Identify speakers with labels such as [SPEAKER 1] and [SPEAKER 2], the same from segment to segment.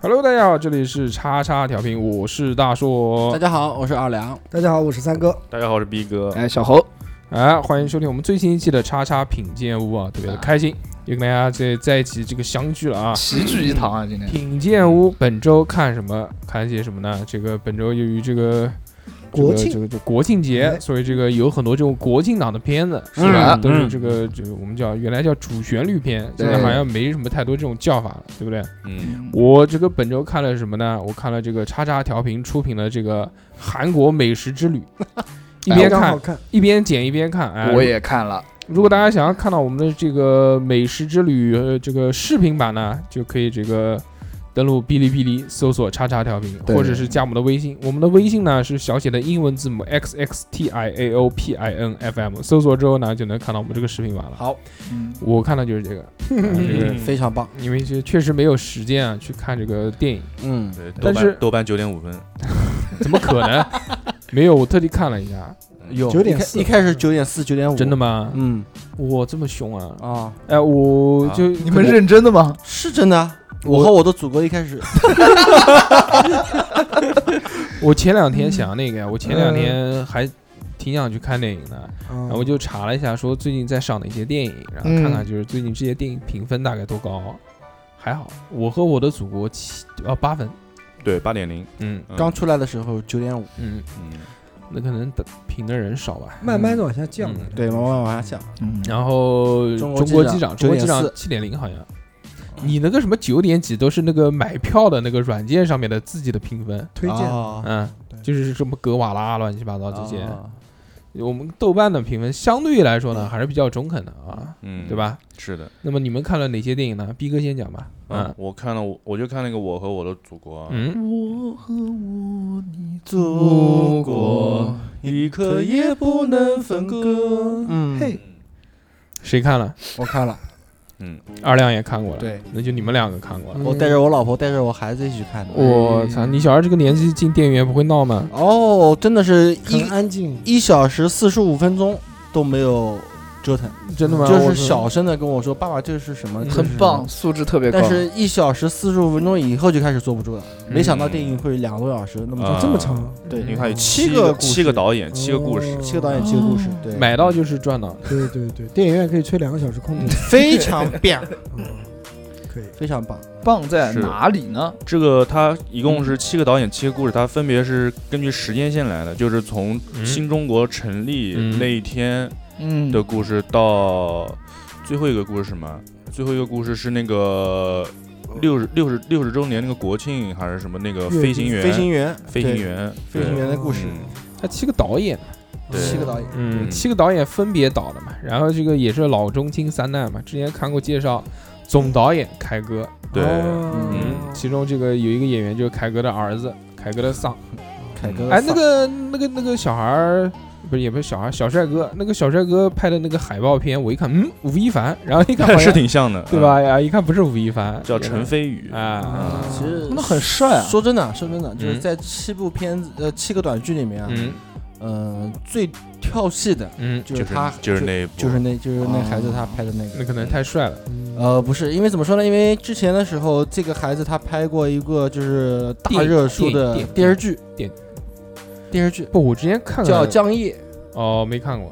[SPEAKER 1] Hello，大家好，这里是叉叉调频，我是大硕
[SPEAKER 2] 大。家好，我是二良。
[SPEAKER 3] 大家好，我是三哥。
[SPEAKER 4] 大家好，我是逼哥。
[SPEAKER 2] 哎，小侯，
[SPEAKER 1] 哎，欢迎收听我们最新一期的叉叉品鉴屋啊，特别的开心，又跟大家在在一起这个相聚了啊。
[SPEAKER 2] 齐聚一堂
[SPEAKER 5] 嗯
[SPEAKER 2] 啊！今天
[SPEAKER 1] 品鉴屋本周看什么？看些什么呢？这个本周由于这个这个
[SPEAKER 3] 国庆
[SPEAKER 1] 这个这个国庆节，
[SPEAKER 3] 哎
[SPEAKER 1] 所以这个有很多这种国庆档的片子，
[SPEAKER 2] 是的
[SPEAKER 1] 嗯都是这个这个我们叫原来叫主旋律片，现在
[SPEAKER 2] 对
[SPEAKER 1] 好像没什么太多这种叫法了，对不对？
[SPEAKER 4] 嗯，
[SPEAKER 1] 我这个本周看了什么呢？我看了这个叉叉调频出品的这个韩国美食之 旅，一边
[SPEAKER 3] 哎非常好
[SPEAKER 1] 看
[SPEAKER 3] 看，
[SPEAKER 1] 一边剪一边看。哎，
[SPEAKER 2] 我也看了，
[SPEAKER 1] 如果大家想要看到我们的这个美食之旅、呃、这个视频版呢，就可以这个登录哔哩哔哩搜索“叉叉调频”，
[SPEAKER 2] 对
[SPEAKER 1] 或者是加我们的微信。我们的微信呢是小写的英文字母 x x t i a o p i n f m，搜索之后呢就能看到我们这个视频版了。
[SPEAKER 2] 好，
[SPEAKER 5] 嗯
[SPEAKER 1] 我看的就是这个，呃这个
[SPEAKER 4] 嗯
[SPEAKER 2] 非常棒。
[SPEAKER 1] 因为这确实没有时间啊去看这个电影。
[SPEAKER 2] 嗯，
[SPEAKER 4] 对，豆
[SPEAKER 1] 但是
[SPEAKER 4] 瓣豆瓣九点五分，
[SPEAKER 1] 怎么可能？没有，我特地看了一下。
[SPEAKER 2] 有
[SPEAKER 3] 9.4
[SPEAKER 2] 一开始九点四、九点五，
[SPEAKER 1] 真的？吗？
[SPEAKER 2] 嗯
[SPEAKER 1] 我这么凶啊！
[SPEAKER 2] 啊，
[SPEAKER 1] 哎，我
[SPEAKER 4] 啊
[SPEAKER 1] 就
[SPEAKER 5] 你们认真的吗？
[SPEAKER 2] 是真的啊。
[SPEAKER 1] 我
[SPEAKER 2] 我和我的祖国一开始，
[SPEAKER 1] 我前两天想那个，我前两天还挺想去看电影的，
[SPEAKER 3] 嗯
[SPEAKER 1] 然啊后我就查了一下，说最近在上的一些电影，然后看看就是最近这些电影评分大概多高。还好，我和我的祖国七呃八分，
[SPEAKER 4] 对，八点零。
[SPEAKER 1] 嗯
[SPEAKER 4] 嗯
[SPEAKER 2] 刚出来的时候九点五，
[SPEAKER 1] 嗯，
[SPEAKER 4] 嗯，
[SPEAKER 1] 那可能的评的人少吧。嗯
[SPEAKER 3] 慢慢的往下降的。
[SPEAKER 2] 对，慢慢往下降。
[SPEAKER 5] 嗯，
[SPEAKER 1] 然后中
[SPEAKER 2] 中国
[SPEAKER 1] 国
[SPEAKER 2] 机
[SPEAKER 1] 机
[SPEAKER 2] 长
[SPEAKER 1] 长，中国机长
[SPEAKER 2] 9.4
[SPEAKER 1] 七点零好像。你那个什么九点几都是那个买票的那个软件上面的自己的评分，
[SPEAKER 3] 推荐
[SPEAKER 2] 啊
[SPEAKER 1] 嗯，
[SPEAKER 3] 对
[SPEAKER 1] 就是什么格瓦拉乱七八糟这些。我们豆瓣的评分相对来说呢，还是比较中肯的啊，
[SPEAKER 4] 嗯
[SPEAKER 1] 对？吧？
[SPEAKER 4] 是的，
[SPEAKER 1] 那么你们看了哪些电影呢？逼哥先讲吧。
[SPEAKER 4] 嗯
[SPEAKER 1] 嗯，
[SPEAKER 4] 我看了，我我就看那个《我和我的祖国》，啊
[SPEAKER 1] 嗯，
[SPEAKER 5] 我和我你
[SPEAKER 4] 祖国一刻也不能分割。
[SPEAKER 2] 嗯，
[SPEAKER 3] 嘿，
[SPEAKER 1] 谁看了？
[SPEAKER 2] 我看了，
[SPEAKER 4] 嗯，
[SPEAKER 1] 二亮也看过了，，
[SPEAKER 2] 对嗯
[SPEAKER 1] 那就你们两个看过了。
[SPEAKER 2] 我带着我老婆，带着我孩子一起看的。
[SPEAKER 1] 嗯我操，你小孩这个年纪进电影院不会闹吗？
[SPEAKER 2] 哦，真的是
[SPEAKER 3] 很
[SPEAKER 2] 一
[SPEAKER 3] 安静，
[SPEAKER 2] 一小时四十五分钟都没有折腾，
[SPEAKER 1] 真的吗？
[SPEAKER 2] 就是
[SPEAKER 1] 我
[SPEAKER 2] 小声的跟我说：“爸爸，这是什么？”这是什
[SPEAKER 5] 很
[SPEAKER 2] 么
[SPEAKER 5] 棒，素质特别高。
[SPEAKER 2] 但是，一小时四十五分钟以后就开始坐不住了。
[SPEAKER 1] 嗯
[SPEAKER 2] 没想到电影会两个多小时，那么
[SPEAKER 4] 啊
[SPEAKER 3] 哦这么长，
[SPEAKER 4] 因
[SPEAKER 2] 对
[SPEAKER 4] 为，它有
[SPEAKER 2] 七
[SPEAKER 4] 七
[SPEAKER 2] 个
[SPEAKER 4] 个
[SPEAKER 2] 故事
[SPEAKER 4] 七个导演，七个故事
[SPEAKER 3] 哦，
[SPEAKER 2] 七个导演，七个故事，对，
[SPEAKER 1] 买到就是赚到。
[SPEAKER 3] 对对对，电影院可以吹两个小时空调，
[SPEAKER 2] 嗯非常棒，
[SPEAKER 3] 嗯可以。
[SPEAKER 2] 非常棒。
[SPEAKER 5] 棒在
[SPEAKER 4] 是
[SPEAKER 5] 哪里呢？
[SPEAKER 4] 这个它一共是七个导演，七个故事，它分别是根据时间线来的，就是从
[SPEAKER 1] 嗯
[SPEAKER 4] 新中国成立
[SPEAKER 1] 嗯
[SPEAKER 4] 那一天
[SPEAKER 5] 嗯
[SPEAKER 4] 的故事到最后一个故事是什么？最后一个故事是那个六十六十六十周年那个国庆还是什么那个
[SPEAKER 3] 阅兵
[SPEAKER 4] 飞行员
[SPEAKER 2] 飞行员，
[SPEAKER 4] 飞行员
[SPEAKER 2] 对，飞行员的故事，
[SPEAKER 4] 嗯
[SPEAKER 1] 他七个导演，
[SPEAKER 4] 对
[SPEAKER 2] 七个导演，
[SPEAKER 1] 嗯，
[SPEAKER 4] 嗯
[SPEAKER 1] 七个导演分别导的嘛，然后这个也是老中青三代嘛。之前看过介绍，总导演凯歌，
[SPEAKER 4] 对
[SPEAKER 3] 哦
[SPEAKER 1] 嗯，其中这个有一个演员就是凯歌的儿子，凯歌的丧。
[SPEAKER 2] 凯歌的
[SPEAKER 1] 哎，
[SPEAKER 2] 嗓
[SPEAKER 1] 那个那个那个小孩儿，不是也不是小孩儿，小帅哥，那个小帅哥拍的那个海报片，我一看，嗯，吴亦凡，然后一看好像
[SPEAKER 4] 是挺像的，
[SPEAKER 1] 对
[SPEAKER 4] 嗯？
[SPEAKER 1] 吧？哎呀，一看不是吴亦凡，
[SPEAKER 4] 叫陈飞宇，嗯
[SPEAKER 1] 啊，
[SPEAKER 3] 啊
[SPEAKER 2] 其实
[SPEAKER 5] 那很帅啊！
[SPEAKER 2] 说真的，说真的，就是
[SPEAKER 1] 嗯
[SPEAKER 2] 在七部片子呃七个短剧里面啊，
[SPEAKER 1] 嗯
[SPEAKER 2] 嗯，最跳戏的
[SPEAKER 1] 嗯，
[SPEAKER 2] 就
[SPEAKER 4] 就是是
[SPEAKER 2] 他，
[SPEAKER 4] 就是
[SPEAKER 2] 就
[SPEAKER 4] 那一部，
[SPEAKER 2] 就是那就是那
[SPEAKER 5] 哦
[SPEAKER 2] 孩子他拍的那个
[SPEAKER 1] 那可能太帅了，
[SPEAKER 2] 呃，不是，因为怎么说呢？因为之前的时候，这个孩子他拍过一个就是大
[SPEAKER 1] 电影
[SPEAKER 2] 热搜的
[SPEAKER 1] 电影
[SPEAKER 2] 电视剧，
[SPEAKER 1] 电影
[SPEAKER 2] 电视剧呃
[SPEAKER 1] 不，我之前看了
[SPEAKER 2] 叫《江夜》，
[SPEAKER 1] 哦，没看过，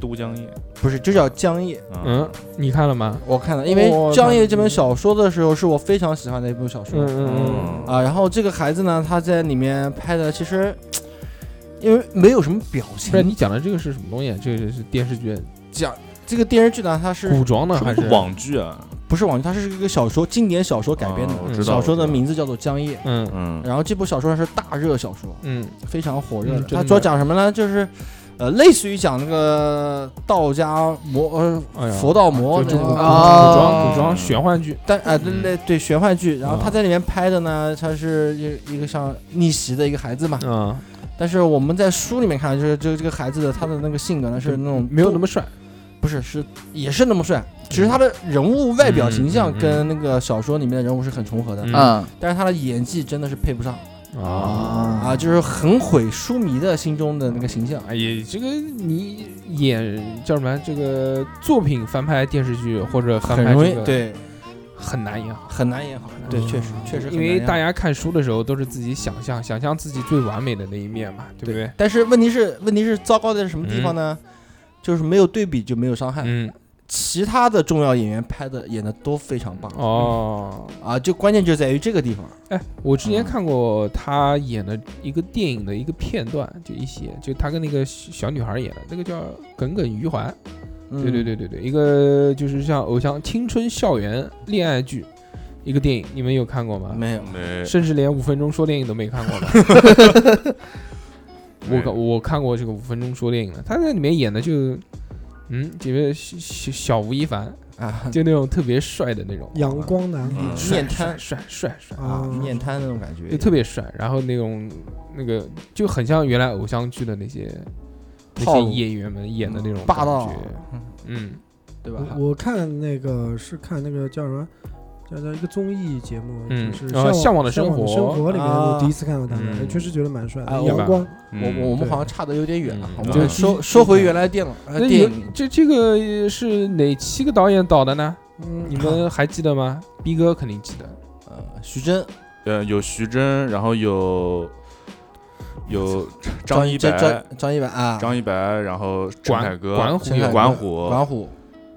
[SPEAKER 4] 都江堰，
[SPEAKER 2] 不是，就叫《江夜》。
[SPEAKER 4] 啊
[SPEAKER 1] 嗯，你看了吗？
[SPEAKER 2] 我看了，因为
[SPEAKER 1] 我
[SPEAKER 2] 《
[SPEAKER 1] 靠
[SPEAKER 2] 江夜》这本小说的时候，是我非常喜欢的一部小
[SPEAKER 1] 嗯
[SPEAKER 2] 说啊、
[SPEAKER 1] 嗯
[SPEAKER 4] 嗯，
[SPEAKER 2] 然后这个孩子呢，他在里面拍的其实，因为没有什么表
[SPEAKER 1] 嗯，不是
[SPEAKER 2] 情。
[SPEAKER 1] 你讲的这个是什么东西？啊这个是电视剧
[SPEAKER 2] 讲这个电视剧呢，它是
[SPEAKER 1] 古装的
[SPEAKER 4] 是
[SPEAKER 1] 还
[SPEAKER 4] 不
[SPEAKER 1] 是
[SPEAKER 4] 是？网剧啊？
[SPEAKER 2] 不是网剧？它是一个小说，经典小说改编的。
[SPEAKER 4] 啊我
[SPEAKER 1] 嗯
[SPEAKER 4] 知道
[SPEAKER 2] 小说的，
[SPEAKER 4] 我知
[SPEAKER 2] 名字叫做《江夜》，
[SPEAKER 1] 嗯
[SPEAKER 4] 道嗯，
[SPEAKER 2] 然后这部小说是大热小说。
[SPEAKER 1] 嗯
[SPEAKER 2] 非常火热
[SPEAKER 1] 嗯
[SPEAKER 2] 的。
[SPEAKER 1] 真
[SPEAKER 2] 他
[SPEAKER 1] 的
[SPEAKER 2] 主要讲什么呢？就是，呃，类似于讲那个道家魔呃、
[SPEAKER 1] 哎呀
[SPEAKER 2] 佛道魔
[SPEAKER 1] 就
[SPEAKER 2] 那
[SPEAKER 1] 这种古古
[SPEAKER 2] 个，
[SPEAKER 5] 啊
[SPEAKER 1] 装古装玄幻剧，
[SPEAKER 2] 但啊对
[SPEAKER 1] 嗯
[SPEAKER 2] 对对玄幻剧。然后
[SPEAKER 1] 啊
[SPEAKER 2] 他在里面拍的呢，他是一一个像逆袭的一个孩子嘛。
[SPEAKER 1] 嗯，
[SPEAKER 2] 但是我们在书里面看，就是这这个孩子的他的那个性格呢是那种
[SPEAKER 1] 嗯没有那么帅，
[SPEAKER 2] 不是是也是那么帅，只是他的人物外表形象
[SPEAKER 1] 嗯嗯嗯
[SPEAKER 2] 跟那个小说里面的人物是很重合的，
[SPEAKER 1] 嗯
[SPEAKER 5] 嗯，
[SPEAKER 2] 但是他的演技真的是配不上。
[SPEAKER 1] 啊。
[SPEAKER 2] 啊，就是很毁书迷的心中的那个形象。
[SPEAKER 1] 哎呀，这个你演叫什么？这个作品翻拍电视剧或者翻
[SPEAKER 2] 很
[SPEAKER 1] 拍
[SPEAKER 2] 容
[SPEAKER 1] 这
[SPEAKER 2] 易
[SPEAKER 1] 个，
[SPEAKER 2] 对，
[SPEAKER 1] 很难演好。
[SPEAKER 2] 很难演好。嗯对，确实确实很
[SPEAKER 1] 因
[SPEAKER 2] 难
[SPEAKER 1] 为
[SPEAKER 2] 演好
[SPEAKER 1] 大家看书的时候都是自己想象，想象自己最完美的那一面嘛，对不对？
[SPEAKER 2] 但是问题是，问题是糟糕在什么地方呢？就是没有对比就没有伤害。
[SPEAKER 1] 嗯，
[SPEAKER 2] 其他的重要演员拍的演的都非常棒
[SPEAKER 1] 哦，
[SPEAKER 2] 啊，就关键就在于这个地方。
[SPEAKER 1] 哎，我之前看过他演的一个电影的一个片段，就一些，就他跟那个小小女孩演的，那个叫《耿耿于怀》。
[SPEAKER 2] 嗯
[SPEAKER 1] 对对，对对对，一个就是像偶像青春校园恋爱剧，一个电影，你们有看过吗？
[SPEAKER 2] 没有，
[SPEAKER 4] 没
[SPEAKER 1] 甚至连五分钟说电影都没看过吧？我看我看过这个五分钟说电影的，他在里面演的就，嗯，这个小小小吴亦凡，
[SPEAKER 2] 啊，
[SPEAKER 1] 就那种特别帅的那种，
[SPEAKER 3] 阳光男孩
[SPEAKER 4] 嗯
[SPEAKER 1] 帅
[SPEAKER 2] 面瘫
[SPEAKER 1] 帅帅帅帅，
[SPEAKER 2] 啊
[SPEAKER 3] 啊，，
[SPEAKER 2] 面瘫那种感觉，
[SPEAKER 1] 就特别帅，然后那种那个就很像原来偶像剧的那些那
[SPEAKER 5] 套
[SPEAKER 1] 些
[SPEAKER 5] 路
[SPEAKER 1] 演员们演的那种
[SPEAKER 2] 霸
[SPEAKER 1] 感
[SPEAKER 2] 道
[SPEAKER 1] 觉嗯，
[SPEAKER 2] 对吧？
[SPEAKER 3] 我我看那个是看那个叫什么，叫叫一个综艺节目，
[SPEAKER 1] 嗯
[SPEAKER 3] 就是
[SPEAKER 1] 啊向往的
[SPEAKER 3] 向
[SPEAKER 1] 生
[SPEAKER 3] 往的
[SPEAKER 1] 活
[SPEAKER 3] 活里面，
[SPEAKER 2] 啊
[SPEAKER 3] 我第一次看到他们，
[SPEAKER 1] 嗯
[SPEAKER 3] 确实觉得蛮帅的
[SPEAKER 2] 啊，
[SPEAKER 1] 对吧
[SPEAKER 3] 阳光。
[SPEAKER 4] 嗯
[SPEAKER 2] 我我们
[SPEAKER 3] 对
[SPEAKER 2] 好像差的有点远了
[SPEAKER 1] 嗯，
[SPEAKER 2] 我们
[SPEAKER 4] 对
[SPEAKER 2] 收
[SPEAKER 3] 第
[SPEAKER 2] 收回原来电脑呃
[SPEAKER 1] 那
[SPEAKER 2] 电
[SPEAKER 1] 有
[SPEAKER 2] 影，
[SPEAKER 1] 这这个呃是哪七个导演导的呢？
[SPEAKER 3] 嗯
[SPEAKER 1] 你 们还记得吗？逼哥肯定记得。
[SPEAKER 2] 呃，徐峥、
[SPEAKER 4] 呃有徐峥，然后有有张一
[SPEAKER 2] 张
[SPEAKER 4] 白，
[SPEAKER 2] 张张一白啊，
[SPEAKER 4] 张一白，然后陈
[SPEAKER 1] 管
[SPEAKER 4] 凯歌，
[SPEAKER 1] 管虎
[SPEAKER 2] 陈凯歌
[SPEAKER 4] 管虎
[SPEAKER 2] 管虎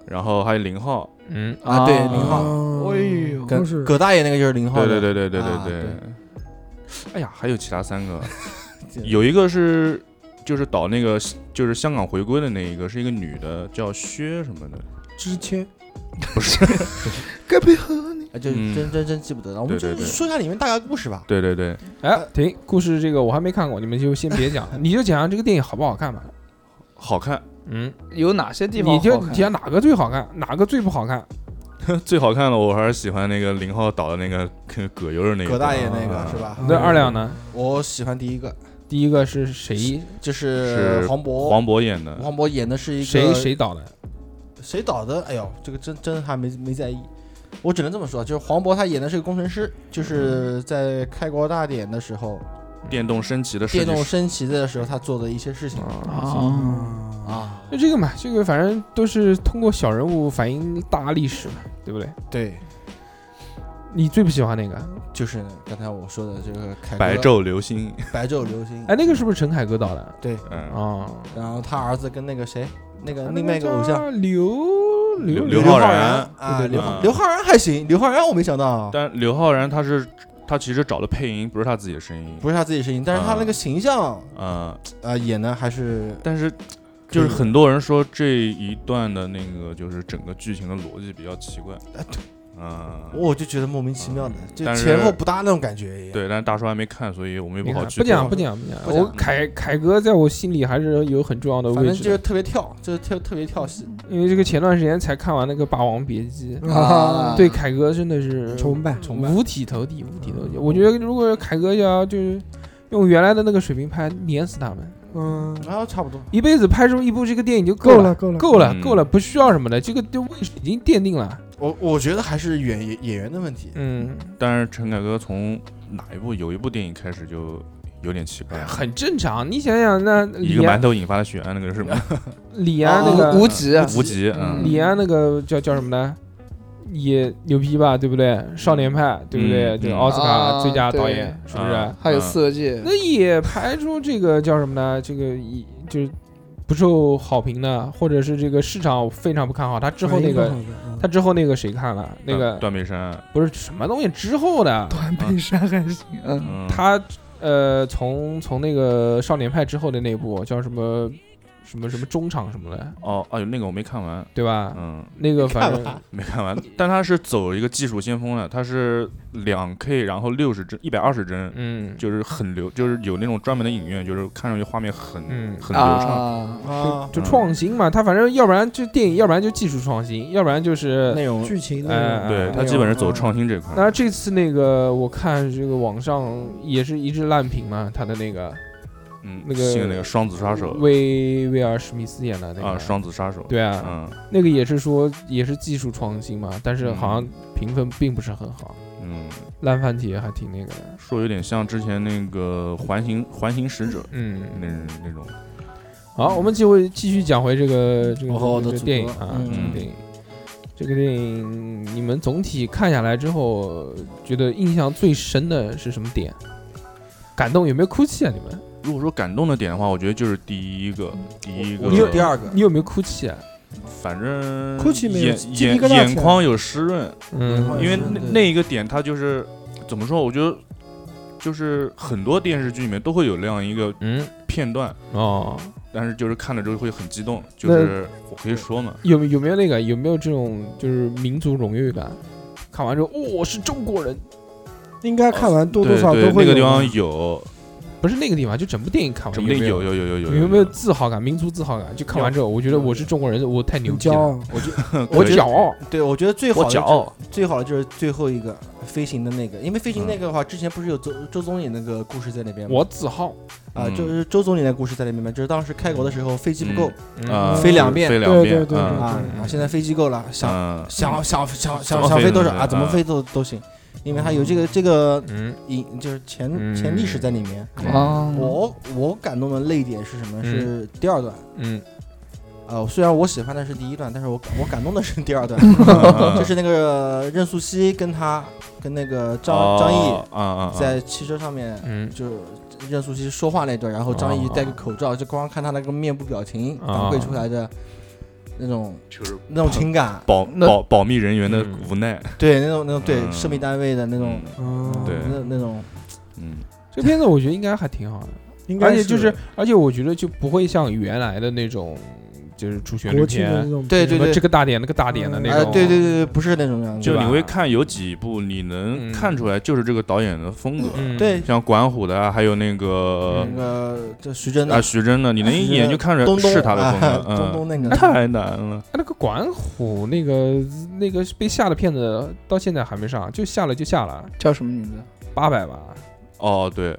[SPEAKER 4] 然后还有林浩，
[SPEAKER 1] 嗯，
[SPEAKER 2] 啊，对林
[SPEAKER 5] 啊
[SPEAKER 2] 浩，
[SPEAKER 3] 哦
[SPEAKER 5] 哎呦
[SPEAKER 3] 都是
[SPEAKER 2] 葛葛大爷那个就是林浩
[SPEAKER 4] 对
[SPEAKER 2] 的，
[SPEAKER 4] 对对对对
[SPEAKER 2] 啊
[SPEAKER 4] 对
[SPEAKER 2] 对。，
[SPEAKER 4] 哎呀，还有其他三 个有一个是就是导那个就是香港回归的那一个，是一个女的，叫薛什么的，
[SPEAKER 3] 之前
[SPEAKER 4] 不是？
[SPEAKER 5] 该配合你。
[SPEAKER 2] 啊，就
[SPEAKER 4] 嗯
[SPEAKER 2] 真真真记不得了。我们
[SPEAKER 4] 对对
[SPEAKER 2] 就
[SPEAKER 4] 对
[SPEAKER 2] 说一下里面大概故事吧。
[SPEAKER 4] 对对对，
[SPEAKER 1] 哎，停，故事这个我还没看过，你们就先别讲，你就讲讲这个电影好不好看吧。
[SPEAKER 4] 好看，
[SPEAKER 1] 嗯，
[SPEAKER 5] 有哪些地方
[SPEAKER 1] 你就
[SPEAKER 5] 好看
[SPEAKER 1] 讲哪个最好看，哪个最不好看。
[SPEAKER 4] 最好看的我还是喜欢那个林浩导的那个葛葛优的那个，
[SPEAKER 2] 葛大爷那
[SPEAKER 4] 啊
[SPEAKER 2] 个是吧？
[SPEAKER 1] 那二两呢？
[SPEAKER 2] 嗯我喜欢第一个，
[SPEAKER 1] 第一个是谁
[SPEAKER 2] 就是
[SPEAKER 4] 是
[SPEAKER 2] 黄渤，
[SPEAKER 4] 黄渤演的，
[SPEAKER 2] 黄渤演的是一个
[SPEAKER 1] 谁谁导的？
[SPEAKER 2] 谁导的？哎呦，这个真真还没没在意。我只能这么说，就是黄渤他演的是个工程师，
[SPEAKER 4] 嗯
[SPEAKER 2] 就是在开国大典的时候，
[SPEAKER 4] 电动升级的设计
[SPEAKER 2] 电
[SPEAKER 4] 师
[SPEAKER 2] 动升旗的时候他做的一些事情
[SPEAKER 1] 啊，
[SPEAKER 5] 啊？
[SPEAKER 2] 啊。
[SPEAKER 1] 就这个嘛，这个反正都是通过小人物反映大历史嘛，对不对？
[SPEAKER 2] 对，
[SPEAKER 1] 你最不喜欢哪个？
[SPEAKER 2] 就是刚才我说的这个凯歌
[SPEAKER 4] 白昼 流星，
[SPEAKER 2] 白昼流星。
[SPEAKER 1] 哎，那个是不是陈凯歌导的？
[SPEAKER 2] 对，
[SPEAKER 4] 嗯，
[SPEAKER 1] 啊，
[SPEAKER 2] 然后他儿子跟那个谁，呃那
[SPEAKER 4] 啊
[SPEAKER 2] 个另外一个偶像
[SPEAKER 1] 叫刘刘
[SPEAKER 4] 嗯刘
[SPEAKER 2] 浩
[SPEAKER 4] 浩然
[SPEAKER 2] 啊，
[SPEAKER 1] 对对
[SPEAKER 2] 刘
[SPEAKER 4] 对
[SPEAKER 2] 浩
[SPEAKER 4] 嗯
[SPEAKER 2] 刘浩然还行，刘浩然我没想到，啊
[SPEAKER 4] 但刘昊然他是他其实找了配音，不是他自己的声音，
[SPEAKER 2] 不是他自己声音，但是他那个形象
[SPEAKER 4] 啊，
[SPEAKER 2] 呃演的还是
[SPEAKER 4] 但是就是很多人说这一段的那个就是整个剧情的逻辑比较奇怪
[SPEAKER 1] 啊
[SPEAKER 2] 哎，
[SPEAKER 4] 嗯，
[SPEAKER 2] 我就觉得莫名其妙的，就
[SPEAKER 4] 但是
[SPEAKER 2] 前后不搭那种感觉一样。
[SPEAKER 4] 对，但是大叔还没看，所以我们也
[SPEAKER 1] 你
[SPEAKER 4] 不好
[SPEAKER 1] 看，
[SPEAKER 4] 去
[SPEAKER 1] 不讲
[SPEAKER 4] 做
[SPEAKER 1] 不讲不讲，
[SPEAKER 2] 不讲
[SPEAKER 1] 我凯凯哥在我心里还是有很重要的
[SPEAKER 2] 反
[SPEAKER 1] 位
[SPEAKER 2] 正
[SPEAKER 1] 置
[SPEAKER 2] 就是
[SPEAKER 1] 的，
[SPEAKER 2] 特别跳，就是特特别跳戏
[SPEAKER 1] 因为这个前段时间才看完那个《霸王别姬》，
[SPEAKER 5] 啊
[SPEAKER 1] 对凯哥真的是
[SPEAKER 3] 崇拜，
[SPEAKER 1] 五体投地，五体投地。我觉得如果凯哥要就是用原来的那个水平拍，碾死他们，
[SPEAKER 3] 嗯，
[SPEAKER 2] 啊，差不多。
[SPEAKER 1] 一辈子拍出一部这个电影就
[SPEAKER 3] 够了
[SPEAKER 1] 了，
[SPEAKER 3] 够了
[SPEAKER 1] 够了，
[SPEAKER 4] 嗯
[SPEAKER 1] 够了，不需要什么的，这个就位置已经奠定了。
[SPEAKER 2] 我我觉得还是演演员的问题，
[SPEAKER 1] 嗯，
[SPEAKER 4] 但是陈凯歌从哪一部有一部电影开始就有点奇怪了，
[SPEAKER 1] 嗯很正常。你想想，那
[SPEAKER 4] 一
[SPEAKER 1] 李
[SPEAKER 4] 个
[SPEAKER 1] 安
[SPEAKER 4] 馒头引发了血案那个是 什么？
[SPEAKER 1] 李安那
[SPEAKER 5] 无
[SPEAKER 3] 哦
[SPEAKER 1] 个
[SPEAKER 5] 无极啊
[SPEAKER 4] 无极，
[SPEAKER 1] 嗯
[SPEAKER 4] 嗯，
[SPEAKER 1] 李安那个叫叫什么呢？也牛逼吧，对不对？少年派，对不对？
[SPEAKER 4] 嗯
[SPEAKER 1] 这个
[SPEAKER 4] 嗯
[SPEAKER 1] 奥斯卡最佳导演
[SPEAKER 5] 啊
[SPEAKER 1] 是不是
[SPEAKER 4] 啊？
[SPEAKER 5] 还有色戒
[SPEAKER 1] 那也排除这个叫什么呢？这个一就是不受好评的，或者是这个市场非常不看好。他之后那个，他
[SPEAKER 3] 他
[SPEAKER 1] 之后那个谁看了？那
[SPEAKER 4] 段
[SPEAKER 1] 个
[SPEAKER 4] 啊段背山，
[SPEAKER 1] 不是什么东西之后的，
[SPEAKER 5] 断背山还行，嗯，
[SPEAKER 4] 嗯，
[SPEAKER 1] 他呃，从从那个少年派之后的那部叫什么什么什么中场什么的，
[SPEAKER 4] 哦，哎呦，那个我没看完，
[SPEAKER 1] 对吧？
[SPEAKER 4] 嗯，
[SPEAKER 1] 那个反正
[SPEAKER 2] 看完
[SPEAKER 4] 没看完，但他是走一个技术先锋的，他是两 K，然后六十帧，一百二十帧，
[SPEAKER 1] 嗯
[SPEAKER 4] 就是很流，就是有那种专门的影院，就是看上去画面很
[SPEAKER 1] 嗯
[SPEAKER 4] 很流畅，
[SPEAKER 5] 啊，
[SPEAKER 2] 啊，
[SPEAKER 4] 嗯
[SPEAKER 1] 就创新嘛，他反正要不然就电影，要不然就技术创新，要不然就是
[SPEAKER 2] 内容
[SPEAKER 3] 剧情
[SPEAKER 1] 哎
[SPEAKER 3] 的，
[SPEAKER 1] 哎
[SPEAKER 4] 对
[SPEAKER 1] 哎
[SPEAKER 4] 他基本是走创新这块。
[SPEAKER 1] 那这次那个我看这个网上也是一致烂评嘛，他的那个
[SPEAKER 4] 嗯，
[SPEAKER 1] 那个
[SPEAKER 4] 信那个双子杀手
[SPEAKER 1] 威威尔史密斯演的那个
[SPEAKER 4] 啊，双子杀手，
[SPEAKER 1] 对啊，
[SPEAKER 4] 嗯，
[SPEAKER 1] 那个也是说也是技术创新嘛，但是好像评分并不是很好。
[SPEAKER 4] 嗯，
[SPEAKER 1] 烂番茄还挺那个的。
[SPEAKER 4] 说有点像之前那个环形环形使者那
[SPEAKER 1] 嗯，
[SPEAKER 4] 那种，
[SPEAKER 1] 好，我们继续继续讲回这个这个
[SPEAKER 2] 我和我
[SPEAKER 1] 这
[SPEAKER 2] 的
[SPEAKER 1] 个
[SPEAKER 2] 祖
[SPEAKER 1] 电影
[SPEAKER 2] 国
[SPEAKER 1] 啊，
[SPEAKER 2] 嗯
[SPEAKER 1] 这个电影，这个电影你们总体看下来之后，觉得印象最深的是什么点？感动有没有哭泣啊？你们，
[SPEAKER 4] 如果说感动的点的话，我觉得就是第一个，第一个，
[SPEAKER 2] 我是第二个，
[SPEAKER 1] 你有没有哭泣啊？
[SPEAKER 4] 反正
[SPEAKER 3] 哭泣没有
[SPEAKER 4] 眼
[SPEAKER 3] 鸡皮
[SPEAKER 4] 眼
[SPEAKER 3] 疙瘩
[SPEAKER 4] 眼
[SPEAKER 3] 起来
[SPEAKER 4] 眶有湿润，
[SPEAKER 1] 嗯，
[SPEAKER 4] 因为
[SPEAKER 2] 嗯
[SPEAKER 4] 那
[SPEAKER 2] 对
[SPEAKER 4] 那一个点，它就是怎么说？我觉得就是很多电视剧里面都会有那样一个
[SPEAKER 1] 嗯
[SPEAKER 4] 片段，
[SPEAKER 1] 哦，
[SPEAKER 4] 但是就是看了之后会很激动，就是我可以说嘛，
[SPEAKER 1] 有有没有那个有没有这种就是民族荣誉感？看完之后，哦我是中国人，
[SPEAKER 3] 应该看完多多
[SPEAKER 4] 对
[SPEAKER 3] 少
[SPEAKER 4] 对
[SPEAKER 3] 都，会
[SPEAKER 4] 那个地
[SPEAKER 3] 有
[SPEAKER 4] 方
[SPEAKER 3] 的
[SPEAKER 4] 有，
[SPEAKER 1] 不是那个地方，就整部电影看完
[SPEAKER 4] 什么地
[SPEAKER 1] 有没
[SPEAKER 4] 有有有有有
[SPEAKER 1] 有没有自豪感、民族自豪感？就看完之后，我觉得我是中国人，我太牛
[SPEAKER 3] 很
[SPEAKER 1] 逼
[SPEAKER 3] 骄
[SPEAKER 1] 了，
[SPEAKER 3] 傲，
[SPEAKER 1] 我
[SPEAKER 4] 我
[SPEAKER 1] 骄傲。
[SPEAKER 2] 对我觉得最好
[SPEAKER 4] 我
[SPEAKER 2] 的
[SPEAKER 4] 骄
[SPEAKER 2] 就是
[SPEAKER 4] 傲，
[SPEAKER 2] 最好的就是最后一个飞行的那个，因为飞行
[SPEAKER 4] 嗯
[SPEAKER 2] 那个的话，之前不是有周周总理那个故事在那边吗？
[SPEAKER 1] 我自豪
[SPEAKER 2] 啊，
[SPEAKER 4] 嗯
[SPEAKER 2] 就是周总理的故事在里面嘛，就是当时开国的时候飞机不够
[SPEAKER 4] 啊，
[SPEAKER 2] 嗯飞两遍
[SPEAKER 4] 飞两遍
[SPEAKER 3] 对对对
[SPEAKER 4] 嗯
[SPEAKER 2] 啊
[SPEAKER 1] 嗯，
[SPEAKER 2] 啊现在飞机够了，想
[SPEAKER 4] 嗯，
[SPEAKER 2] 想想想
[SPEAKER 4] 怎
[SPEAKER 2] 想
[SPEAKER 4] 么
[SPEAKER 2] 想
[SPEAKER 4] 飞
[SPEAKER 2] 飞
[SPEAKER 4] 都
[SPEAKER 2] 多少
[SPEAKER 4] 行
[SPEAKER 2] 啊，怎么
[SPEAKER 4] 啊
[SPEAKER 2] 飞都都行，因为它有这个这个
[SPEAKER 1] 嗯
[SPEAKER 2] 引就是前
[SPEAKER 1] 嗯
[SPEAKER 2] 前历史在里面。
[SPEAKER 4] 嗯
[SPEAKER 5] 啊，
[SPEAKER 2] 我我感动的泪点是什么？
[SPEAKER 1] 嗯
[SPEAKER 2] 是第二段。
[SPEAKER 1] 嗯
[SPEAKER 2] 呃，虽然我喜欢的是第一段，但是我我感动的是第二段，
[SPEAKER 4] 嗯
[SPEAKER 2] 就是那个任素汐跟他跟那个张、张译
[SPEAKER 4] 啊啊，
[SPEAKER 2] 在汽车上面，
[SPEAKER 1] 嗯
[SPEAKER 2] 就是任素汐说话那段，然后张译
[SPEAKER 1] 哦
[SPEAKER 2] 戴个口罩，就光看他那个面部表情反馈出来的那种、
[SPEAKER 4] 就是
[SPEAKER 2] 那种情感，
[SPEAKER 4] 保
[SPEAKER 5] 那
[SPEAKER 4] 保保密人员的
[SPEAKER 1] 嗯
[SPEAKER 4] 无奈，
[SPEAKER 2] 对那种那种对
[SPEAKER 4] 嗯
[SPEAKER 2] 设备单位的那种
[SPEAKER 4] 嗯，
[SPEAKER 3] 嗯，
[SPEAKER 4] 对
[SPEAKER 2] 那那种
[SPEAKER 4] 嗯，
[SPEAKER 1] 这片子我觉得应该还挺好的，
[SPEAKER 3] 应
[SPEAKER 1] 而
[SPEAKER 3] 该
[SPEAKER 1] 且就是，而且我觉得就不会像原来的那种，就是主旋律
[SPEAKER 3] 国庆的
[SPEAKER 1] 片
[SPEAKER 3] 那，种
[SPEAKER 2] 对
[SPEAKER 1] 啊什
[SPEAKER 2] 对
[SPEAKER 1] 么
[SPEAKER 2] 对
[SPEAKER 1] 这个大点那个大点的
[SPEAKER 3] 嗯
[SPEAKER 1] 那
[SPEAKER 2] 哎
[SPEAKER 1] 种，
[SPEAKER 2] 对对对对，不是那种样子，
[SPEAKER 4] 就你
[SPEAKER 1] 吧
[SPEAKER 4] 会看有几部你能
[SPEAKER 1] 嗯
[SPEAKER 4] 看出来就是这个导演的风格，
[SPEAKER 1] 嗯，
[SPEAKER 2] 对
[SPEAKER 4] 像管虎的啊，还有那个
[SPEAKER 2] 那个这徐峥的
[SPEAKER 4] 啊徐峥的，你能一眼就看出
[SPEAKER 2] 嗯东
[SPEAKER 4] 来
[SPEAKER 2] 东
[SPEAKER 4] 是他的风
[SPEAKER 2] 啊
[SPEAKER 4] 格，
[SPEAKER 2] 东
[SPEAKER 4] 嗯，
[SPEAKER 2] 东那个
[SPEAKER 4] 太难了，
[SPEAKER 1] 啊那个管虎那个那个被下的片子到现在还没上，就下了就下了
[SPEAKER 5] 叫什么名字？
[SPEAKER 1] 八百吧，
[SPEAKER 4] 哦对，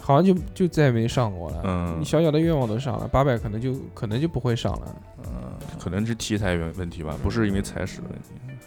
[SPEAKER 1] 好像就就再也没上过了。
[SPEAKER 4] 嗯
[SPEAKER 1] 你小小的愿望都上了，八百可能就可能就不会上了。
[SPEAKER 4] 嗯，可能是题材问问题吧，不是因为采石的问题，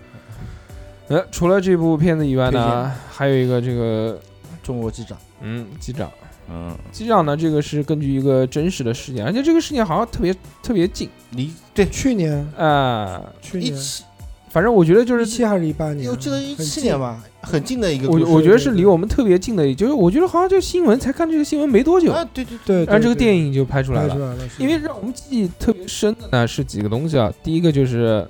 [SPEAKER 1] 呃，除了这部片子以外
[SPEAKER 2] 推
[SPEAKER 1] 呢，还有一个这个
[SPEAKER 2] 中国机长，
[SPEAKER 1] 嗯，机长，
[SPEAKER 4] 嗯，
[SPEAKER 1] 机长呢，这个是根据一个真实的事件，而且这个事件好像特别特别近
[SPEAKER 2] 离对
[SPEAKER 3] 去年
[SPEAKER 1] 啊、
[SPEAKER 3] 去
[SPEAKER 2] 一
[SPEAKER 3] 年
[SPEAKER 2] 起，
[SPEAKER 1] 反正我觉得就是。
[SPEAKER 3] 一七还是一八年？
[SPEAKER 2] 我记得一
[SPEAKER 3] 很
[SPEAKER 2] 七
[SPEAKER 3] 近
[SPEAKER 2] 年，吧，很近的一个
[SPEAKER 1] 我
[SPEAKER 2] 故事，
[SPEAKER 1] 我觉得是离我们特别近的，也就是我觉得好像这新闻才看这个新闻没多久，
[SPEAKER 2] 啊，对对
[SPEAKER 3] 对，
[SPEAKER 1] 然后这个电
[SPEAKER 3] 影
[SPEAKER 1] 影就拍出来
[SPEAKER 3] 拍
[SPEAKER 1] 了
[SPEAKER 3] 出。来了，是
[SPEAKER 1] 因为让我们记忆特别深的呢是几个东西啊，第一个就是，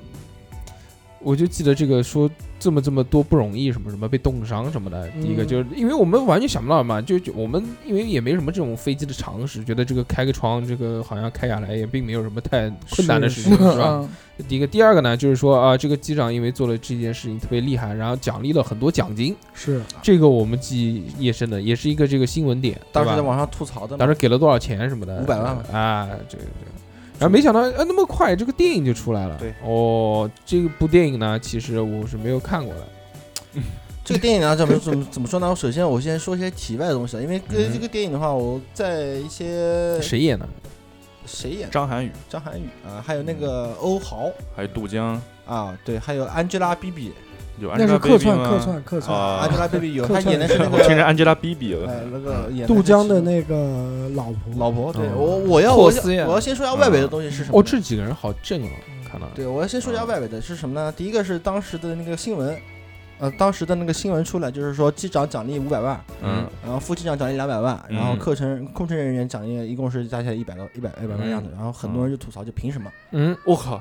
[SPEAKER 1] 我就记得这个说这么这么多不容易，什么什么被冻伤什么的。第一个
[SPEAKER 3] 嗯
[SPEAKER 1] 就是因为我们完全想不到嘛，就就我们因为也没什么这种飞机的常识，觉得这个开个窗，这个好像开下来也并没有什么太困难的事情，是吧？
[SPEAKER 5] 嗯
[SPEAKER 1] 这第一个，第二个呢就是说啊，这个机长因为做了这件事情特别厉害，然后奖励了很多奖金，
[SPEAKER 3] 是
[SPEAKER 1] 这个我们记忆也深的，也是一个这个新闻点，对
[SPEAKER 2] 当时
[SPEAKER 1] 吧
[SPEAKER 2] 在网上吐槽的嘛，
[SPEAKER 1] 当时给了多少钱什么的，
[SPEAKER 2] 500万吧
[SPEAKER 1] 啊，这个这个，然后没想到呃那么快这个电影就出来了，
[SPEAKER 2] 对，
[SPEAKER 1] 哦，这部电影呢，其实我是没有看过的，
[SPEAKER 2] 这个电影呢，啊怎么怎么怎么说呢？我首先我先说一些题外的东西啊，因为跟
[SPEAKER 1] 嗯
[SPEAKER 2] 这个电影的话，我在一些
[SPEAKER 1] 谁演的？
[SPEAKER 2] 谁演
[SPEAKER 4] 张涵予
[SPEAKER 2] 张涵予啊，还有那个欧豪
[SPEAKER 4] 还有杜江，
[SPEAKER 2] 啊，对，还有 Angelababy
[SPEAKER 4] 有
[SPEAKER 3] 那是客串
[SPEAKER 4] Angelababy 吗
[SPEAKER 3] 客串客串，
[SPEAKER 4] 啊
[SPEAKER 2] Angelababy 有，
[SPEAKER 3] 客
[SPEAKER 2] 她
[SPEAKER 3] 串
[SPEAKER 2] 演的是那
[SPEAKER 4] 我听着
[SPEAKER 2] 个
[SPEAKER 4] Angelababy 了，
[SPEAKER 2] 呃那个演
[SPEAKER 3] 杜江的
[SPEAKER 2] 那
[SPEAKER 3] 那个老婆
[SPEAKER 2] 老婆，对
[SPEAKER 1] 嗯
[SPEAKER 2] 我我要
[SPEAKER 5] 霍
[SPEAKER 2] 我
[SPEAKER 5] 思燕
[SPEAKER 2] 要我要先说一下外围的东西是什么
[SPEAKER 1] 哦，
[SPEAKER 2] 呢？
[SPEAKER 1] 这几个人好正啊，看到了
[SPEAKER 2] 嗯对，我要先说一下外围的是什么呢？第一个是当时的那个新闻，呃，当时的那个新闻出来，就是说机长奖励五百万，
[SPEAKER 4] 嗯
[SPEAKER 2] 然后副机长奖励两百万，然后
[SPEAKER 4] 嗯
[SPEAKER 2] 课程空乘人员奖励一共是加起来一百多一百一百万的样子，然后很多人就吐槽，就凭什么？
[SPEAKER 1] 嗯，
[SPEAKER 4] 我靠，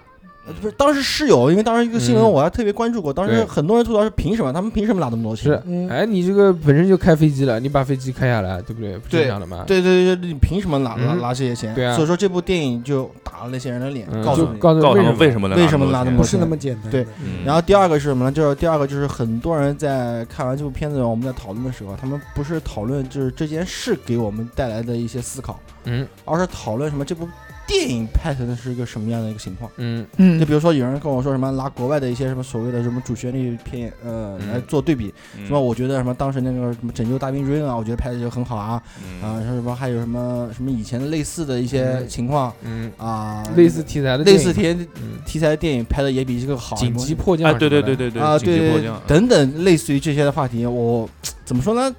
[SPEAKER 2] 呃不是，当时是有，因为当时一个新闻
[SPEAKER 1] 嗯
[SPEAKER 2] 我还特别关注过，当时
[SPEAKER 1] 对
[SPEAKER 2] 很多人吐槽是凭什么？他们凭什么拿那么多钱？
[SPEAKER 1] 是，
[SPEAKER 3] 嗯
[SPEAKER 1] 哎，你这个本身就开飞机了，你把飞机开下来，对不对？不正
[SPEAKER 2] 对
[SPEAKER 1] 常的嘛，
[SPEAKER 2] 对对对对，你凭什么拿拿
[SPEAKER 1] 啊嗯
[SPEAKER 2] 拿这些钱？
[SPEAKER 1] 对啊
[SPEAKER 2] 所以说这部电影就打了那些人的脸，
[SPEAKER 1] 嗯，
[SPEAKER 2] 告
[SPEAKER 1] 就
[SPEAKER 2] 诉你。
[SPEAKER 1] 告诉
[SPEAKER 4] 告诉他
[SPEAKER 1] 你
[SPEAKER 4] 们为什么能
[SPEAKER 2] 为什么
[SPEAKER 4] 么
[SPEAKER 2] 拿那
[SPEAKER 4] 钱
[SPEAKER 2] 么
[SPEAKER 3] 不
[SPEAKER 2] 多
[SPEAKER 3] 是那
[SPEAKER 2] 钱
[SPEAKER 3] 么简单的，
[SPEAKER 2] 对
[SPEAKER 4] 嗯
[SPEAKER 2] 然后第二个是什么呢？就是第二个就是很多人在看完这部片子，我们在讨论的时候，他们不是讨论就是这件事给我们带来的一些思考，
[SPEAKER 1] 嗯
[SPEAKER 2] 而是讨论什么这部电影拍成的是一个什么样的一个情况。
[SPEAKER 1] 嗯
[SPEAKER 5] 嗯
[SPEAKER 2] 就比如说有人跟我说什么拿国外的一些什么所谓的什么主旋律片呃
[SPEAKER 1] 嗯
[SPEAKER 2] 来做对比，什么我觉得什么当时那个什么拯救大兵瑞恩啊，我觉得拍的就很好啊啊
[SPEAKER 4] 啊，
[SPEAKER 2] 说什么还有什么什么以前的类似的一些
[SPEAKER 1] 嗯
[SPEAKER 2] 情况
[SPEAKER 1] 嗯，
[SPEAKER 2] 啊，
[SPEAKER 1] 类似题材的
[SPEAKER 2] 类似
[SPEAKER 1] 题，
[SPEAKER 2] 题
[SPEAKER 1] 嗯，
[SPEAKER 2] 题材的电影拍的也比这个好，
[SPEAKER 1] 紧急迫降
[SPEAKER 4] 哎，
[SPEAKER 1] 什么
[SPEAKER 4] 对
[SPEAKER 1] 的，
[SPEAKER 4] 对对对对
[SPEAKER 2] 啊，
[SPEAKER 4] 紧
[SPEAKER 2] 对
[SPEAKER 4] 急迫
[SPEAKER 2] 对
[SPEAKER 4] 降嗯
[SPEAKER 2] 对，等等，类似于这些的话题，我怎么说呢？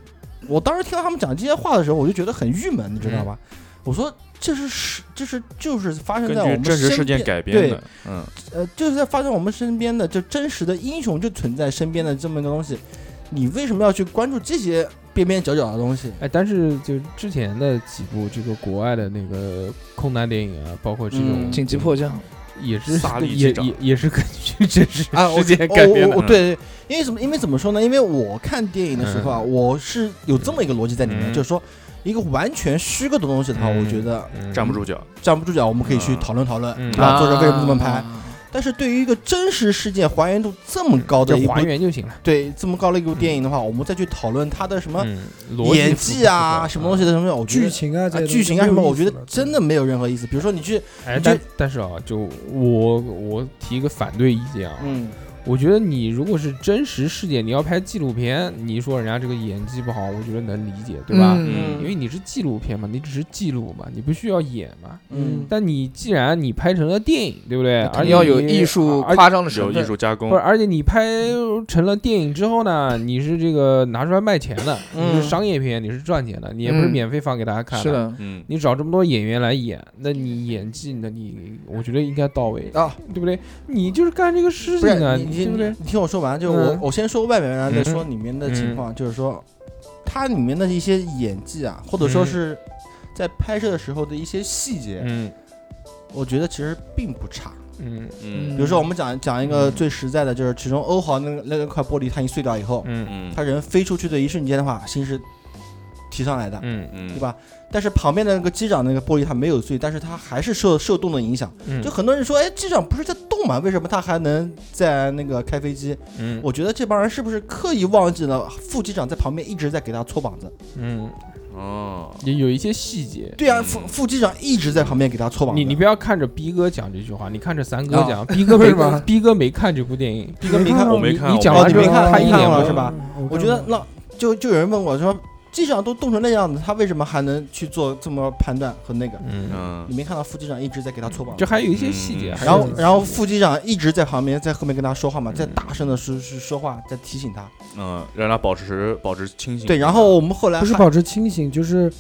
[SPEAKER 2] 我当时听到他们讲这些话的时候，我就觉得很郁闷，你知道吧？我说这是是这是就是发生在我
[SPEAKER 4] 嗯根据
[SPEAKER 2] 们
[SPEAKER 4] 真实
[SPEAKER 2] 身
[SPEAKER 4] 事件
[SPEAKER 2] 边
[SPEAKER 4] 改编
[SPEAKER 2] 对
[SPEAKER 4] 的，嗯，
[SPEAKER 2] 呃，就是在发生我们身边的，就真实的英雄就存在身边的这么一个东西，你为什么要去关注这些边边角角的东西？
[SPEAKER 1] 哎，但是就之前的几部这个国外的那个空难电影啊，包括这种
[SPEAKER 2] 嗯
[SPEAKER 5] 紧急迫降，
[SPEAKER 1] 也是
[SPEAKER 4] 萨利
[SPEAKER 1] 也
[SPEAKER 4] 机长
[SPEAKER 1] 也也是根据真实
[SPEAKER 2] 啊， 我
[SPEAKER 1] 事件
[SPEAKER 2] 我
[SPEAKER 1] 改编的。嗯
[SPEAKER 2] 我我对，因为怎么？因为怎么说呢？因为我看电影的时候啊，
[SPEAKER 1] 嗯
[SPEAKER 2] 我是有这么一个逻辑在里面，
[SPEAKER 4] 嗯
[SPEAKER 2] 就是说，一个完全虚构的东西的话，
[SPEAKER 1] 嗯
[SPEAKER 2] 我觉得
[SPEAKER 1] 嗯
[SPEAKER 4] 站不住脚，
[SPEAKER 2] 站不住脚，我们可以去
[SPEAKER 4] 嗯
[SPEAKER 2] 讨论讨论，
[SPEAKER 1] 嗯
[SPEAKER 2] 对吧？作者为什么这么拍？
[SPEAKER 5] 啊？
[SPEAKER 2] 但是对于一个真实事件还原度这么高
[SPEAKER 1] 嗯
[SPEAKER 2] 的
[SPEAKER 1] 就
[SPEAKER 2] 一部
[SPEAKER 1] 还，原就行了。
[SPEAKER 2] 对这么高的一部电影的话，我们再去讨论它的什么
[SPEAKER 1] 嗯，逻辑
[SPEAKER 2] 啊演
[SPEAKER 1] 符
[SPEAKER 2] 技啊、
[SPEAKER 1] 合嗯
[SPEAKER 2] 什么东西？的什么，我觉得
[SPEAKER 3] 剧情啊，这
[SPEAKER 2] 啊
[SPEAKER 3] 些
[SPEAKER 2] 剧情啊
[SPEAKER 3] 东
[SPEAKER 2] 什
[SPEAKER 3] 西
[SPEAKER 2] 么，
[SPEAKER 3] 没有
[SPEAKER 2] 我觉
[SPEAKER 3] 意思
[SPEAKER 2] 得
[SPEAKER 3] 了
[SPEAKER 2] 真的没有任何意思。比如说你去，
[SPEAKER 1] 哎
[SPEAKER 2] 你，
[SPEAKER 1] 但
[SPEAKER 2] 就
[SPEAKER 1] 但是啊，就我我提一个反对意见啊，
[SPEAKER 2] 嗯
[SPEAKER 1] 我觉得你如果是真实事件，你要拍纪录片，你说人家这个演技不好，我觉得能理解，对吧？
[SPEAKER 5] 嗯
[SPEAKER 1] 因为你是纪录片嘛，你只是记录嘛，你不需要演嘛。
[SPEAKER 2] 嗯
[SPEAKER 1] 但你既然你拍成了电影，对不对？而
[SPEAKER 5] 肯定
[SPEAKER 1] 且
[SPEAKER 5] 要有
[SPEAKER 1] 你
[SPEAKER 5] 艺术
[SPEAKER 1] 而
[SPEAKER 5] 夸张的成
[SPEAKER 4] 有艺
[SPEAKER 5] 分，
[SPEAKER 4] 术加工
[SPEAKER 2] 嗯
[SPEAKER 1] 不是，，而且你拍成了电影之后呢，你是这个拿出来卖钱的，
[SPEAKER 2] 嗯
[SPEAKER 1] 你是商业片，你是赚钱的，你也不是
[SPEAKER 5] 嗯
[SPEAKER 1] 免费放给大家看
[SPEAKER 5] 是。的，
[SPEAKER 4] 嗯，
[SPEAKER 1] 你找这么多演员来演，那你演技，那你我觉得应该到位，
[SPEAKER 2] 啊，
[SPEAKER 1] 对不对？你就是干这个事
[SPEAKER 2] 不
[SPEAKER 1] 情
[SPEAKER 2] 是
[SPEAKER 1] 啊，
[SPEAKER 2] 你你
[SPEAKER 1] 对不对
[SPEAKER 2] 你？听我说完，就我
[SPEAKER 1] 嗯
[SPEAKER 2] 我先说外面，然后再
[SPEAKER 1] 嗯
[SPEAKER 2] 说里面的情况，就是说它里面的一些演技啊，或者
[SPEAKER 1] 嗯
[SPEAKER 2] 说是在拍摄的时候的一些细节，
[SPEAKER 1] 嗯
[SPEAKER 2] 我觉得其实并不差。
[SPEAKER 1] 嗯
[SPEAKER 4] 嗯
[SPEAKER 2] 比如说，我们讲讲一个最实在的，就是其中欧豪那个那个块玻璃，它已经碎掉以后，
[SPEAKER 1] 嗯
[SPEAKER 4] 嗯
[SPEAKER 2] 他人飞出去的一瞬间的话，心是提上来的，
[SPEAKER 1] 嗯
[SPEAKER 4] 嗯，
[SPEAKER 2] 对吧？但是旁边的那个机长那个玻璃它没有碎，但是它还是受受动的影响。
[SPEAKER 1] 嗯，
[SPEAKER 2] 就很多人说，哎，机长不是在动吗？为什么他还能在那个开飞机？
[SPEAKER 1] 嗯
[SPEAKER 2] 我觉得这帮人是不是刻意忘记了副机长在旁边一直在给他搓膀子？
[SPEAKER 1] 嗯，
[SPEAKER 4] 哦，
[SPEAKER 1] 也有一些细节。
[SPEAKER 2] 对啊，
[SPEAKER 4] 嗯
[SPEAKER 2] 副副机长一直在旁边给他搓膀子。啊
[SPEAKER 1] 你你不要看着逼哥讲这句话，你看着三哥 讲，逼哥没
[SPEAKER 5] 为什么
[SPEAKER 1] 逼哥没看这部电影，
[SPEAKER 2] 逼哥没看
[SPEAKER 3] 我
[SPEAKER 4] 没看
[SPEAKER 1] 你
[SPEAKER 4] 我
[SPEAKER 1] 讲
[SPEAKER 4] 没
[SPEAKER 3] 啊
[SPEAKER 1] 完之后
[SPEAKER 2] 看哦你没看
[SPEAKER 1] 他一
[SPEAKER 2] 你
[SPEAKER 1] 脸
[SPEAKER 2] 看了
[SPEAKER 1] 懵
[SPEAKER 2] 是吧？
[SPEAKER 3] 嗯
[SPEAKER 2] 我觉得那就就有人问我说，机长都冻成那样子，他为什么还能去做这么判断和那个？
[SPEAKER 1] 嗯，
[SPEAKER 4] 嗯
[SPEAKER 2] 你没看到副机长一直在给他搓膀子
[SPEAKER 1] 这？还有一些细节
[SPEAKER 4] 嗯。
[SPEAKER 1] 还
[SPEAKER 2] 然后
[SPEAKER 1] 有，
[SPEAKER 2] 然后副机长一直在旁边，在后面跟他说话嘛，
[SPEAKER 1] 嗯
[SPEAKER 2] 在大声的说说说话，在提醒他。
[SPEAKER 4] 嗯，让他保持保持清醒。
[SPEAKER 2] 对，然后我们后来
[SPEAKER 3] 不是
[SPEAKER 2] 还
[SPEAKER 3] 保持清醒，就是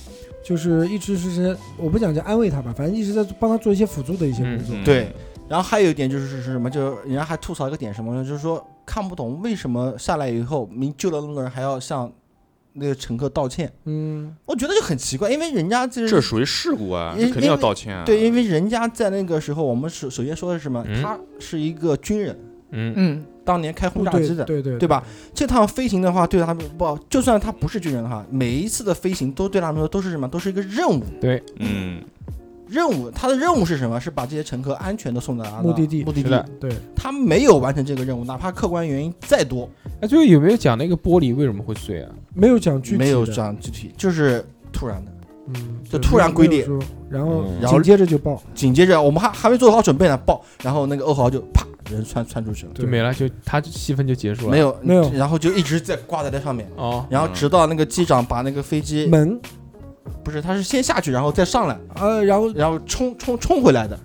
[SPEAKER 3] 就是一直是在，我不讲叫安慰他吧，反正一直在帮他做一些辅助的一些工作。
[SPEAKER 4] 嗯
[SPEAKER 2] 对，然后还有一点就是是什么，就是人家还吐槽一个点什么呢，就是说看不懂为什么下来以后，明救了那么多人，还要向那个乘客道歉，
[SPEAKER 3] 嗯，
[SPEAKER 2] 我觉得就很奇怪，因为人家这
[SPEAKER 4] 这属于事故啊，
[SPEAKER 2] 嗯因
[SPEAKER 4] 这肯定要
[SPEAKER 2] 因为
[SPEAKER 4] 道歉啊。
[SPEAKER 2] 对，因为人家在那个时候，我们首首先说的是什么，
[SPEAKER 1] 嗯
[SPEAKER 2] 他是一个军人，
[SPEAKER 1] 嗯
[SPEAKER 5] 嗯，
[SPEAKER 2] 当年开轰
[SPEAKER 3] 部
[SPEAKER 2] 炸
[SPEAKER 3] 队
[SPEAKER 2] 机的。
[SPEAKER 3] 对对
[SPEAKER 2] 对吧？这趟飞行的话，对他们不好，就算他不是军人的话，每一次的飞行都对他们说都是什么？都是一个任务。
[SPEAKER 4] 嗯，
[SPEAKER 2] 任务，他的任务是什么？是把这些乘客安全的送到他的
[SPEAKER 3] 目的地
[SPEAKER 2] 目的
[SPEAKER 1] 是的
[SPEAKER 2] 地，
[SPEAKER 3] 对，
[SPEAKER 2] 他没有完成这个任务，哪怕客观原因再多，
[SPEAKER 1] 哎，最后有没有讲那个玻璃为什么会碎啊？
[SPEAKER 3] 没有讲具体的，
[SPEAKER 2] 没有讲具体，就是突然的。
[SPEAKER 3] 嗯，
[SPEAKER 2] 就突然
[SPEAKER 3] 没有
[SPEAKER 2] 规定，
[SPEAKER 3] 没有说然后
[SPEAKER 1] 嗯
[SPEAKER 2] 然后
[SPEAKER 3] 紧接着就爆，
[SPEAKER 2] 紧接着我们还还没做好准备呢，爆，然后那个欧豪就啪人窜窜出去了，
[SPEAKER 1] 就
[SPEAKER 3] 对
[SPEAKER 1] 没了，就他戏份就结束了。
[SPEAKER 2] 没有
[SPEAKER 3] 没有
[SPEAKER 2] 然后就一直在挂在那上面，
[SPEAKER 1] 哦，
[SPEAKER 2] 然后
[SPEAKER 4] 嗯
[SPEAKER 2] 直到那个机长把那个飞机
[SPEAKER 3] 门，
[SPEAKER 2] 不是，他是先下去然后再上来，
[SPEAKER 3] 呃，然后
[SPEAKER 2] 然后冲冲冲回来的，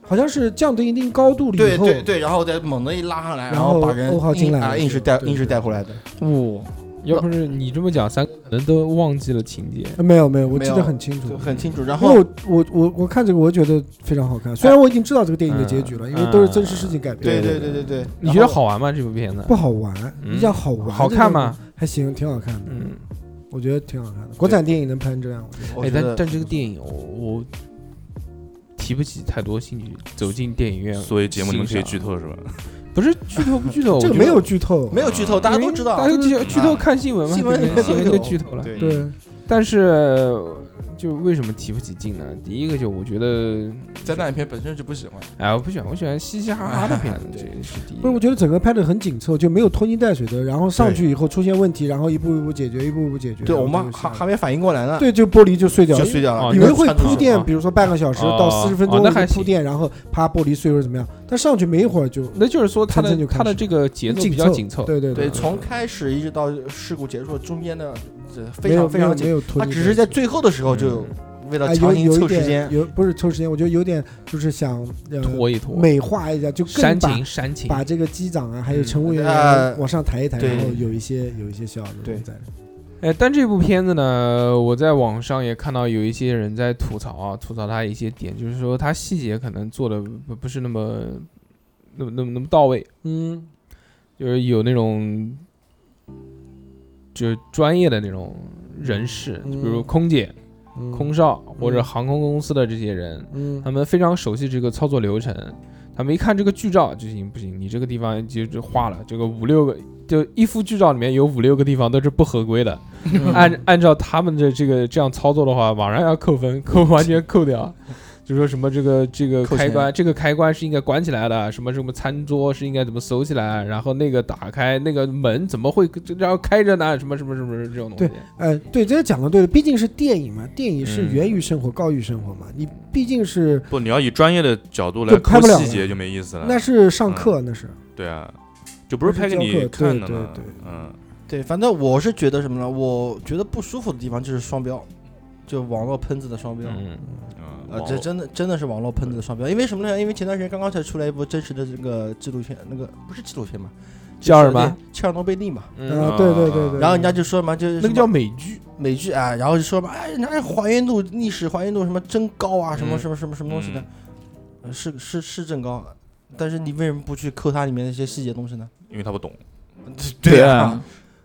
[SPEAKER 3] 好像是降到一定高度了
[SPEAKER 2] 对
[SPEAKER 3] 以后，
[SPEAKER 2] 对对，然后再猛地一拉上来，
[SPEAKER 3] 然
[SPEAKER 2] 后
[SPEAKER 3] 后
[SPEAKER 2] 把人
[SPEAKER 3] 欧豪进
[SPEAKER 2] 硬
[SPEAKER 3] 来
[SPEAKER 2] 啊
[SPEAKER 3] 了
[SPEAKER 2] 硬是带
[SPEAKER 3] 对
[SPEAKER 2] 硬是
[SPEAKER 3] 对
[SPEAKER 2] 带回来的，
[SPEAKER 5] 哇，
[SPEAKER 1] 要不是你这么讲，三哥可能都忘记了情节。
[SPEAKER 3] 呃没有没有，我
[SPEAKER 2] 没
[SPEAKER 3] 记得
[SPEAKER 2] 有
[SPEAKER 3] 很清楚
[SPEAKER 2] 就。很清楚。然
[SPEAKER 3] 因为
[SPEAKER 2] 后
[SPEAKER 3] 我我我我看这个，我觉得非常好看。虽然我已经知道这个电影的结局了，
[SPEAKER 1] 嗯
[SPEAKER 3] 因为都是真实事情改
[SPEAKER 2] 对
[SPEAKER 3] 编
[SPEAKER 2] 对
[SPEAKER 3] 的，
[SPEAKER 2] 对对对，
[SPEAKER 1] 你觉得
[SPEAKER 2] 然后
[SPEAKER 1] 好玩吗？这部片子
[SPEAKER 3] 不？好玩。
[SPEAKER 1] 嗯
[SPEAKER 3] 你讲好玩，
[SPEAKER 1] 好看吗？
[SPEAKER 3] 还行，挺好看的，
[SPEAKER 1] 嗯，
[SPEAKER 3] 我觉得挺好看的。国产电影能拍成这样，我觉得
[SPEAKER 2] 我
[SPEAKER 1] 哎，
[SPEAKER 2] 觉
[SPEAKER 1] 但
[SPEAKER 2] 得
[SPEAKER 1] 但这个电影，我我提不起太多兴趣走进电影院。
[SPEAKER 4] 所以节目你们可以
[SPEAKER 1] 欣赏
[SPEAKER 4] 剧透是吧？
[SPEAKER 1] 不是剧透不剧透，
[SPEAKER 3] 这
[SPEAKER 1] 我
[SPEAKER 3] 个
[SPEAKER 1] 觉
[SPEAKER 3] 没
[SPEAKER 1] 得
[SPEAKER 3] 有剧透，
[SPEAKER 2] 没有剧透，大家都知道
[SPEAKER 3] 哎
[SPEAKER 1] 大。家都知道
[SPEAKER 2] 嗯
[SPEAKER 1] 剧透看新闻嘛，
[SPEAKER 2] 新闻
[SPEAKER 1] 对不对
[SPEAKER 2] 里面
[SPEAKER 1] 新闻
[SPEAKER 2] 都
[SPEAKER 1] 就
[SPEAKER 2] 有
[SPEAKER 1] 剧透了。
[SPEAKER 4] 对
[SPEAKER 3] 对，
[SPEAKER 1] 但是就为什么提不起劲呢？第一个就我觉得，
[SPEAKER 4] 灾难片本身就不喜欢，
[SPEAKER 1] 哎，我不喜欢，我喜欢嘻嘻哈哈的片 子，这是第一
[SPEAKER 3] 不是，我
[SPEAKER 1] 个。
[SPEAKER 3] 觉得整个拍的很紧凑，就没有拖泥带水的，然后上去以后出现问题，然后一步一步解决，一步一步解决。
[SPEAKER 2] 对
[SPEAKER 3] 然后
[SPEAKER 2] 我们
[SPEAKER 3] 就
[SPEAKER 2] 还
[SPEAKER 3] 下
[SPEAKER 2] 还没反应过来呢，
[SPEAKER 3] 对，就玻璃就碎掉
[SPEAKER 2] 就
[SPEAKER 3] 了，
[SPEAKER 2] 睡觉
[SPEAKER 1] 哦
[SPEAKER 2] 了。
[SPEAKER 3] 以为会
[SPEAKER 1] 那
[SPEAKER 3] 铺
[SPEAKER 1] 是
[SPEAKER 3] 垫
[SPEAKER 2] 啊
[SPEAKER 1] 吗，
[SPEAKER 3] 比如说半个小时到
[SPEAKER 1] 哦
[SPEAKER 3] 四十分
[SPEAKER 1] 哦
[SPEAKER 3] 钟
[SPEAKER 1] 那还行
[SPEAKER 3] 铺垫，然后啪玻璃碎或者怎么样，但上去没一会儿就
[SPEAKER 1] 那就是说他
[SPEAKER 3] 战争
[SPEAKER 1] 的
[SPEAKER 3] 就开始
[SPEAKER 1] 他的这个节奏比较紧凑，
[SPEAKER 3] 对对
[SPEAKER 2] 对，
[SPEAKER 1] 嗯
[SPEAKER 2] 从开始一直到事故结束，中间的这
[SPEAKER 3] 没
[SPEAKER 2] 非
[SPEAKER 3] 有
[SPEAKER 2] 常非常
[SPEAKER 3] 没
[SPEAKER 2] 紧，
[SPEAKER 3] 有拖
[SPEAKER 2] 他
[SPEAKER 3] 泥带水，
[SPEAKER 2] 只是在最后的时候
[SPEAKER 1] 嗯
[SPEAKER 2] 就为了
[SPEAKER 3] 哎有
[SPEAKER 2] 强行
[SPEAKER 3] 有一
[SPEAKER 2] 凑时
[SPEAKER 3] 点
[SPEAKER 2] 间，
[SPEAKER 3] 有不是凑时间，我觉得有点就是想呃
[SPEAKER 1] 拖一拖，
[SPEAKER 3] 美化一下，就
[SPEAKER 1] 煽
[SPEAKER 3] 更把
[SPEAKER 1] 情煽情。
[SPEAKER 3] 把这个机长啊还有乘务员
[SPEAKER 2] 嗯呃
[SPEAKER 3] 啊往上抬一抬，
[SPEAKER 2] 对
[SPEAKER 3] 然后有一些有一些效率
[SPEAKER 2] 对
[SPEAKER 3] 在里面。
[SPEAKER 1] 哎，但这部片子呢，我在网上也看到有一些人在吐槽啊，吐槽它一些点，就是说它细节可能做的不不是那么那么那么那么到位，
[SPEAKER 3] 嗯，
[SPEAKER 1] 就是有那种就是专业的那种人士，
[SPEAKER 3] 嗯
[SPEAKER 1] 就比如空姐、空少或者
[SPEAKER 3] 嗯
[SPEAKER 1] 航空公司的这些人，
[SPEAKER 3] 嗯
[SPEAKER 1] 他们非常熟悉这个操作流程。他们一看这个剧照就行，不行，你这个地方就就画了，这个五六个，就一幅剧照里面有五六个地方都是不合规的，
[SPEAKER 2] 嗯
[SPEAKER 1] 按按照他们的这个这样操作的话，马上要扣分，扣完全扣掉。 就说什么这个这个
[SPEAKER 2] 扣
[SPEAKER 1] 开
[SPEAKER 2] 钱
[SPEAKER 1] 关，这个开关是应该关起来的，什么什么餐桌是应该怎么收起来，然后那个打开，那个门怎么会然后开着呢？什么什么什么这种东西。
[SPEAKER 3] 呃，对，这个讲的对的，毕竟是电影嘛，电影是
[SPEAKER 4] 嗯
[SPEAKER 3] 源于生活，高于生活嘛，你毕竟是
[SPEAKER 4] 不，你要以专业的角度来
[SPEAKER 3] 就拍
[SPEAKER 4] 抠
[SPEAKER 3] 不了
[SPEAKER 4] 细
[SPEAKER 3] 了
[SPEAKER 4] 节就没意思了。
[SPEAKER 3] 那是上课，那是
[SPEAKER 4] 对啊，就不是
[SPEAKER 3] 那是
[SPEAKER 4] 拍给
[SPEAKER 3] 教
[SPEAKER 4] 你
[SPEAKER 3] 课
[SPEAKER 4] 看
[SPEAKER 3] 对
[SPEAKER 4] 的
[SPEAKER 3] 对
[SPEAKER 4] 嘛
[SPEAKER 3] 对，
[SPEAKER 4] 嗯，
[SPEAKER 2] 对，反正我是觉得什么呢？我觉得不舒服的地方就是双标，就网络喷子的双标。
[SPEAKER 1] 嗯，
[SPEAKER 4] 嗯
[SPEAKER 2] 啊，
[SPEAKER 4] 网
[SPEAKER 2] 这
[SPEAKER 4] 络
[SPEAKER 2] 真的真的是网络喷子的双标，因为什么呢？因为前段时间刚刚才出来一部真实的这个纪录片，那个不是纪录片嘛，
[SPEAKER 1] 叫
[SPEAKER 2] 就是
[SPEAKER 1] 什么
[SPEAKER 2] 那？切尔诺贝利嘛。
[SPEAKER 1] 嗯，
[SPEAKER 3] 啊，对对对对。
[SPEAKER 2] 然后人家就说嘛，就是
[SPEAKER 1] 那个
[SPEAKER 2] 什
[SPEAKER 1] 叫
[SPEAKER 2] 么
[SPEAKER 1] 美剧，
[SPEAKER 2] 美剧啊，然后就说嘛，哎，人家还原度、历史还原度什么真高啊，什么
[SPEAKER 1] 嗯
[SPEAKER 2] 什么什么什么东西的
[SPEAKER 4] 嗯，
[SPEAKER 2] 呃是是是真高，但是你为什么不去抠它里面的一些细节东西呢？
[SPEAKER 4] 因为他不懂。
[SPEAKER 2] 对
[SPEAKER 5] 啊，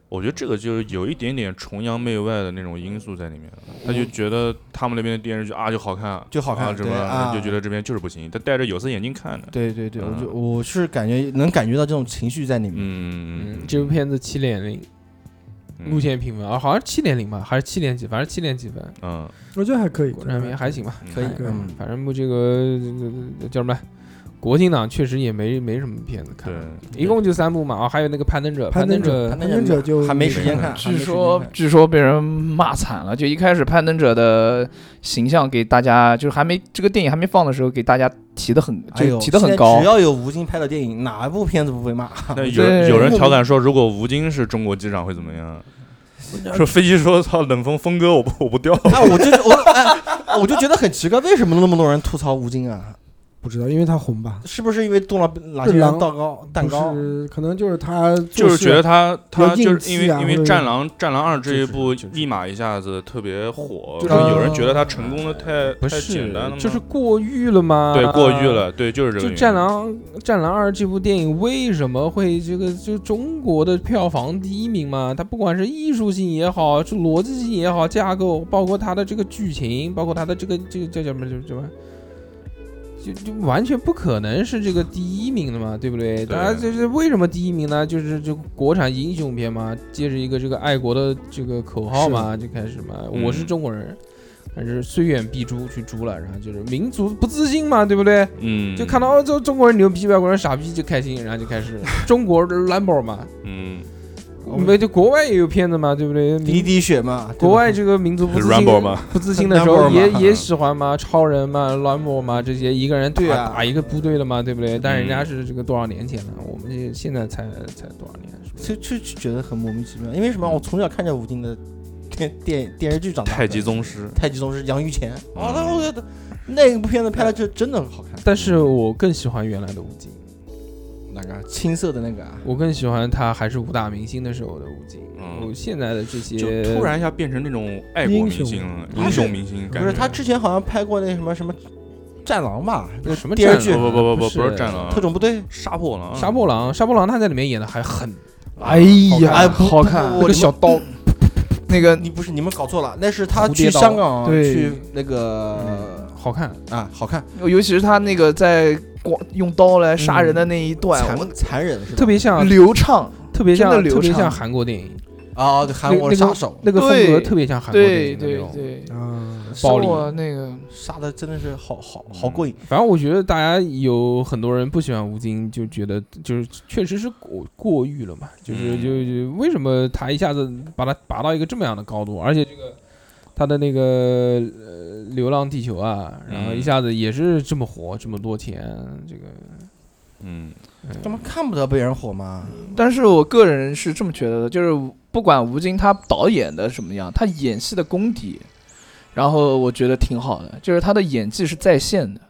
[SPEAKER 4] 我觉得这个就是有一点点崇洋媚外的那种因素在里面，他就觉得他们那边的电视剧啊就好看，
[SPEAKER 2] 就好看
[SPEAKER 4] 啊，什
[SPEAKER 2] 对
[SPEAKER 4] 么
[SPEAKER 2] 啊
[SPEAKER 4] 就觉得这边就是不行，他戴着有色眼镜看的，
[SPEAKER 2] 对对对，我就
[SPEAKER 4] 嗯
[SPEAKER 2] 我是感觉能感觉到这种情绪在里面。
[SPEAKER 4] 嗯，
[SPEAKER 1] 嗯，这部片子七点零
[SPEAKER 4] 嗯
[SPEAKER 1] 路，线评分啊，好像七点零吧，还是七点几，反正七点几分，
[SPEAKER 4] 嗯，
[SPEAKER 3] 我觉得还可以，
[SPEAKER 1] 国产片还行吧。
[SPEAKER 4] 嗯
[SPEAKER 2] 可以
[SPEAKER 1] 哎
[SPEAKER 2] 嗯
[SPEAKER 1] 反正不这个这叫什么来？国庆档确实也没没什么片子看，
[SPEAKER 4] 对
[SPEAKER 1] 一共就三部嘛。哦，还有那个《攀登者》，《
[SPEAKER 3] 攀
[SPEAKER 1] 登
[SPEAKER 3] 登者
[SPEAKER 1] 者
[SPEAKER 2] 攀》
[SPEAKER 3] 攀登者就嗯
[SPEAKER 2] 还没时间看，还
[SPEAKER 5] 据
[SPEAKER 2] 没时间
[SPEAKER 5] 说
[SPEAKER 2] 看
[SPEAKER 5] 据说被人骂惨了，就一开始攀登者的形象给大家，就是还没这个电影还没放的时候，给大家提的很，
[SPEAKER 2] 哎
[SPEAKER 5] 就
[SPEAKER 2] 呦
[SPEAKER 5] 提的
[SPEAKER 2] 现
[SPEAKER 5] 很
[SPEAKER 2] 在
[SPEAKER 5] 高
[SPEAKER 2] 只。要有吴京拍的电影，哪一部片子不被骂？
[SPEAKER 4] 那有
[SPEAKER 5] 对
[SPEAKER 4] 有人调侃说，如果吴京是中国机长会怎么 样？说飞机说操冷风峰哥我不我不掉，
[SPEAKER 2] 哎，我就我哎，我就觉得很奇怪，为什么那么多人吐槽吴京啊？
[SPEAKER 3] 不知道，因为他红吧，
[SPEAKER 2] 是不是因为动了哪些人蛋糕蛋糕
[SPEAKER 3] 不？是可能就是他
[SPEAKER 4] 就
[SPEAKER 3] 做
[SPEAKER 4] 是
[SPEAKER 3] 事
[SPEAKER 4] 觉得他他
[SPEAKER 3] 有硬
[SPEAKER 4] 就是因为
[SPEAKER 3] 气啊
[SPEAKER 4] 因为《
[SPEAKER 3] 或者
[SPEAKER 4] 战狼》《战狼二》这一部
[SPEAKER 1] 就是就是
[SPEAKER 4] 立马一下子特别火，
[SPEAKER 1] 就是
[SPEAKER 4] 说有人觉得他成功的太
[SPEAKER 1] 不
[SPEAKER 4] 太简
[SPEAKER 1] 是
[SPEAKER 4] 单了吗，
[SPEAKER 1] 就是过誉了吗？
[SPEAKER 4] 对过誉。了，对就是这
[SPEAKER 1] 啊
[SPEAKER 4] 个
[SPEAKER 1] 就《
[SPEAKER 4] 原因。
[SPEAKER 1] 战狼》《战狼二》这部电影为什么会这个就中国的票房第一名嘛？它不管是艺术性也好，是逻辑性也好，架构，包括它的这个剧情，包括它的这个这个叫什么叫什么，就就完全不可能是这个第一名的嘛，对不对？大家就是为什么第一名呢？就是就国产英雄片嘛，接着一个这个爱国的这个口号嘛，就开始嘛，
[SPEAKER 4] 嗯
[SPEAKER 1] 我是中国人。但是虽远必诛，去诛了，然后就是民族不自信嘛，对不对？
[SPEAKER 4] 嗯，
[SPEAKER 1] 就看到哦，这中国人牛逼，外国人傻逼就开心，然后就开 始中国 number 嘛，
[SPEAKER 4] 嗯
[SPEAKER 1] 没就国外也有骗子嘛，对不对？
[SPEAKER 2] 滴
[SPEAKER 1] 民
[SPEAKER 2] 滴血嘛，对吧
[SPEAKER 1] 国外这个民族不自
[SPEAKER 4] Rumble
[SPEAKER 1] 信
[SPEAKER 4] 嘛
[SPEAKER 1] 不自信的时候
[SPEAKER 2] Rumble 嘛
[SPEAKER 1] 也也喜欢嘛，超人嘛，number 嘛这些一个人打
[SPEAKER 2] 对啊
[SPEAKER 1] 打一个部队的嘛，对不对？但人家是这个多少年前
[SPEAKER 4] 嗯
[SPEAKER 1] 的，我们这现在才才多少年？是吧
[SPEAKER 2] 就就就觉得很莫名其妙。因为什么？我从小看着吴京的电电电视剧长大的。
[SPEAKER 4] 嗯太嗯极宗师，
[SPEAKER 2] 太极宗师杨钰贤，哦，那我觉得那部片子拍的就真的很好看，
[SPEAKER 1] 但是我更喜欢原来的吴京，
[SPEAKER 2] 那个青涩的那个啊，
[SPEAKER 1] 我更喜欢他还是武打明星的时候的吴京。
[SPEAKER 4] 嗯
[SPEAKER 1] 我现在的这些
[SPEAKER 4] 就突然一下变成那种爱国明星了，
[SPEAKER 1] 英雄
[SPEAKER 4] 英雄明星感
[SPEAKER 2] 不是
[SPEAKER 4] 觉。
[SPEAKER 2] 他之前好像拍过那什么什么战狼吧，
[SPEAKER 4] 嗯
[SPEAKER 1] 不是什么
[SPEAKER 2] 电视
[SPEAKER 1] 战
[SPEAKER 2] 剧
[SPEAKER 1] 狼
[SPEAKER 4] 不不不不不
[SPEAKER 1] 不
[SPEAKER 4] 是战狼
[SPEAKER 2] 特种部队，
[SPEAKER 4] 杀破狼，
[SPEAKER 1] 杀破狼，杀破狼他在里面演的还狠，
[SPEAKER 5] 哎
[SPEAKER 2] 哎
[SPEAKER 5] 呀，
[SPEAKER 2] 不
[SPEAKER 5] 好看
[SPEAKER 2] 不
[SPEAKER 1] 那个小刀
[SPEAKER 5] 那个
[SPEAKER 2] 你不是你们搞错了，那是他
[SPEAKER 1] 蝴
[SPEAKER 2] 去
[SPEAKER 1] 蝶刀嗯
[SPEAKER 2] 香港
[SPEAKER 5] 对
[SPEAKER 2] 去那个
[SPEAKER 1] 好看，
[SPEAKER 2] 啊，好看，
[SPEAKER 5] 尤其是他那个在光用刀来杀
[SPEAKER 4] 哎
[SPEAKER 2] 嗯
[SPEAKER 5] 人的那一段，我
[SPEAKER 2] 残残忍是吧
[SPEAKER 1] 特别像，
[SPEAKER 5] 流畅，
[SPEAKER 1] 特别像，
[SPEAKER 5] 真的流
[SPEAKER 1] 特别
[SPEAKER 5] 畅
[SPEAKER 1] 像韩国电影。
[SPEAKER 2] 啊，对韩国
[SPEAKER 1] 那那个
[SPEAKER 2] 杀手
[SPEAKER 1] 那个风格
[SPEAKER 5] 对
[SPEAKER 1] 特别像韩国电
[SPEAKER 5] 对
[SPEAKER 1] 影的那
[SPEAKER 5] 对
[SPEAKER 1] 种。
[SPEAKER 2] 嗯
[SPEAKER 5] 对，
[SPEAKER 3] 啊，
[SPEAKER 1] 暴力
[SPEAKER 5] 我那个
[SPEAKER 2] 杀的真的是好好好过瘾，
[SPEAKER 4] 嗯
[SPEAKER 1] 反正我觉得大家有很多人不喜欢吴京，就觉得就是确实是过过誉了嘛，就是
[SPEAKER 4] 嗯
[SPEAKER 1] 就就为什么他一下子把他拔到一个这么样的高度，而且这个他的那个呃《流浪地球》啊，然后
[SPEAKER 4] 嗯
[SPEAKER 1] 一下子也是这么火，这么多钱，这个
[SPEAKER 4] 嗯
[SPEAKER 2] 他妈看不得别人火吗？
[SPEAKER 5] 但是我个人是这么觉得的，就是不管吴京他导演的什么样，他演戏的功底，然后我觉得挺好的，就是他的演技是在线的。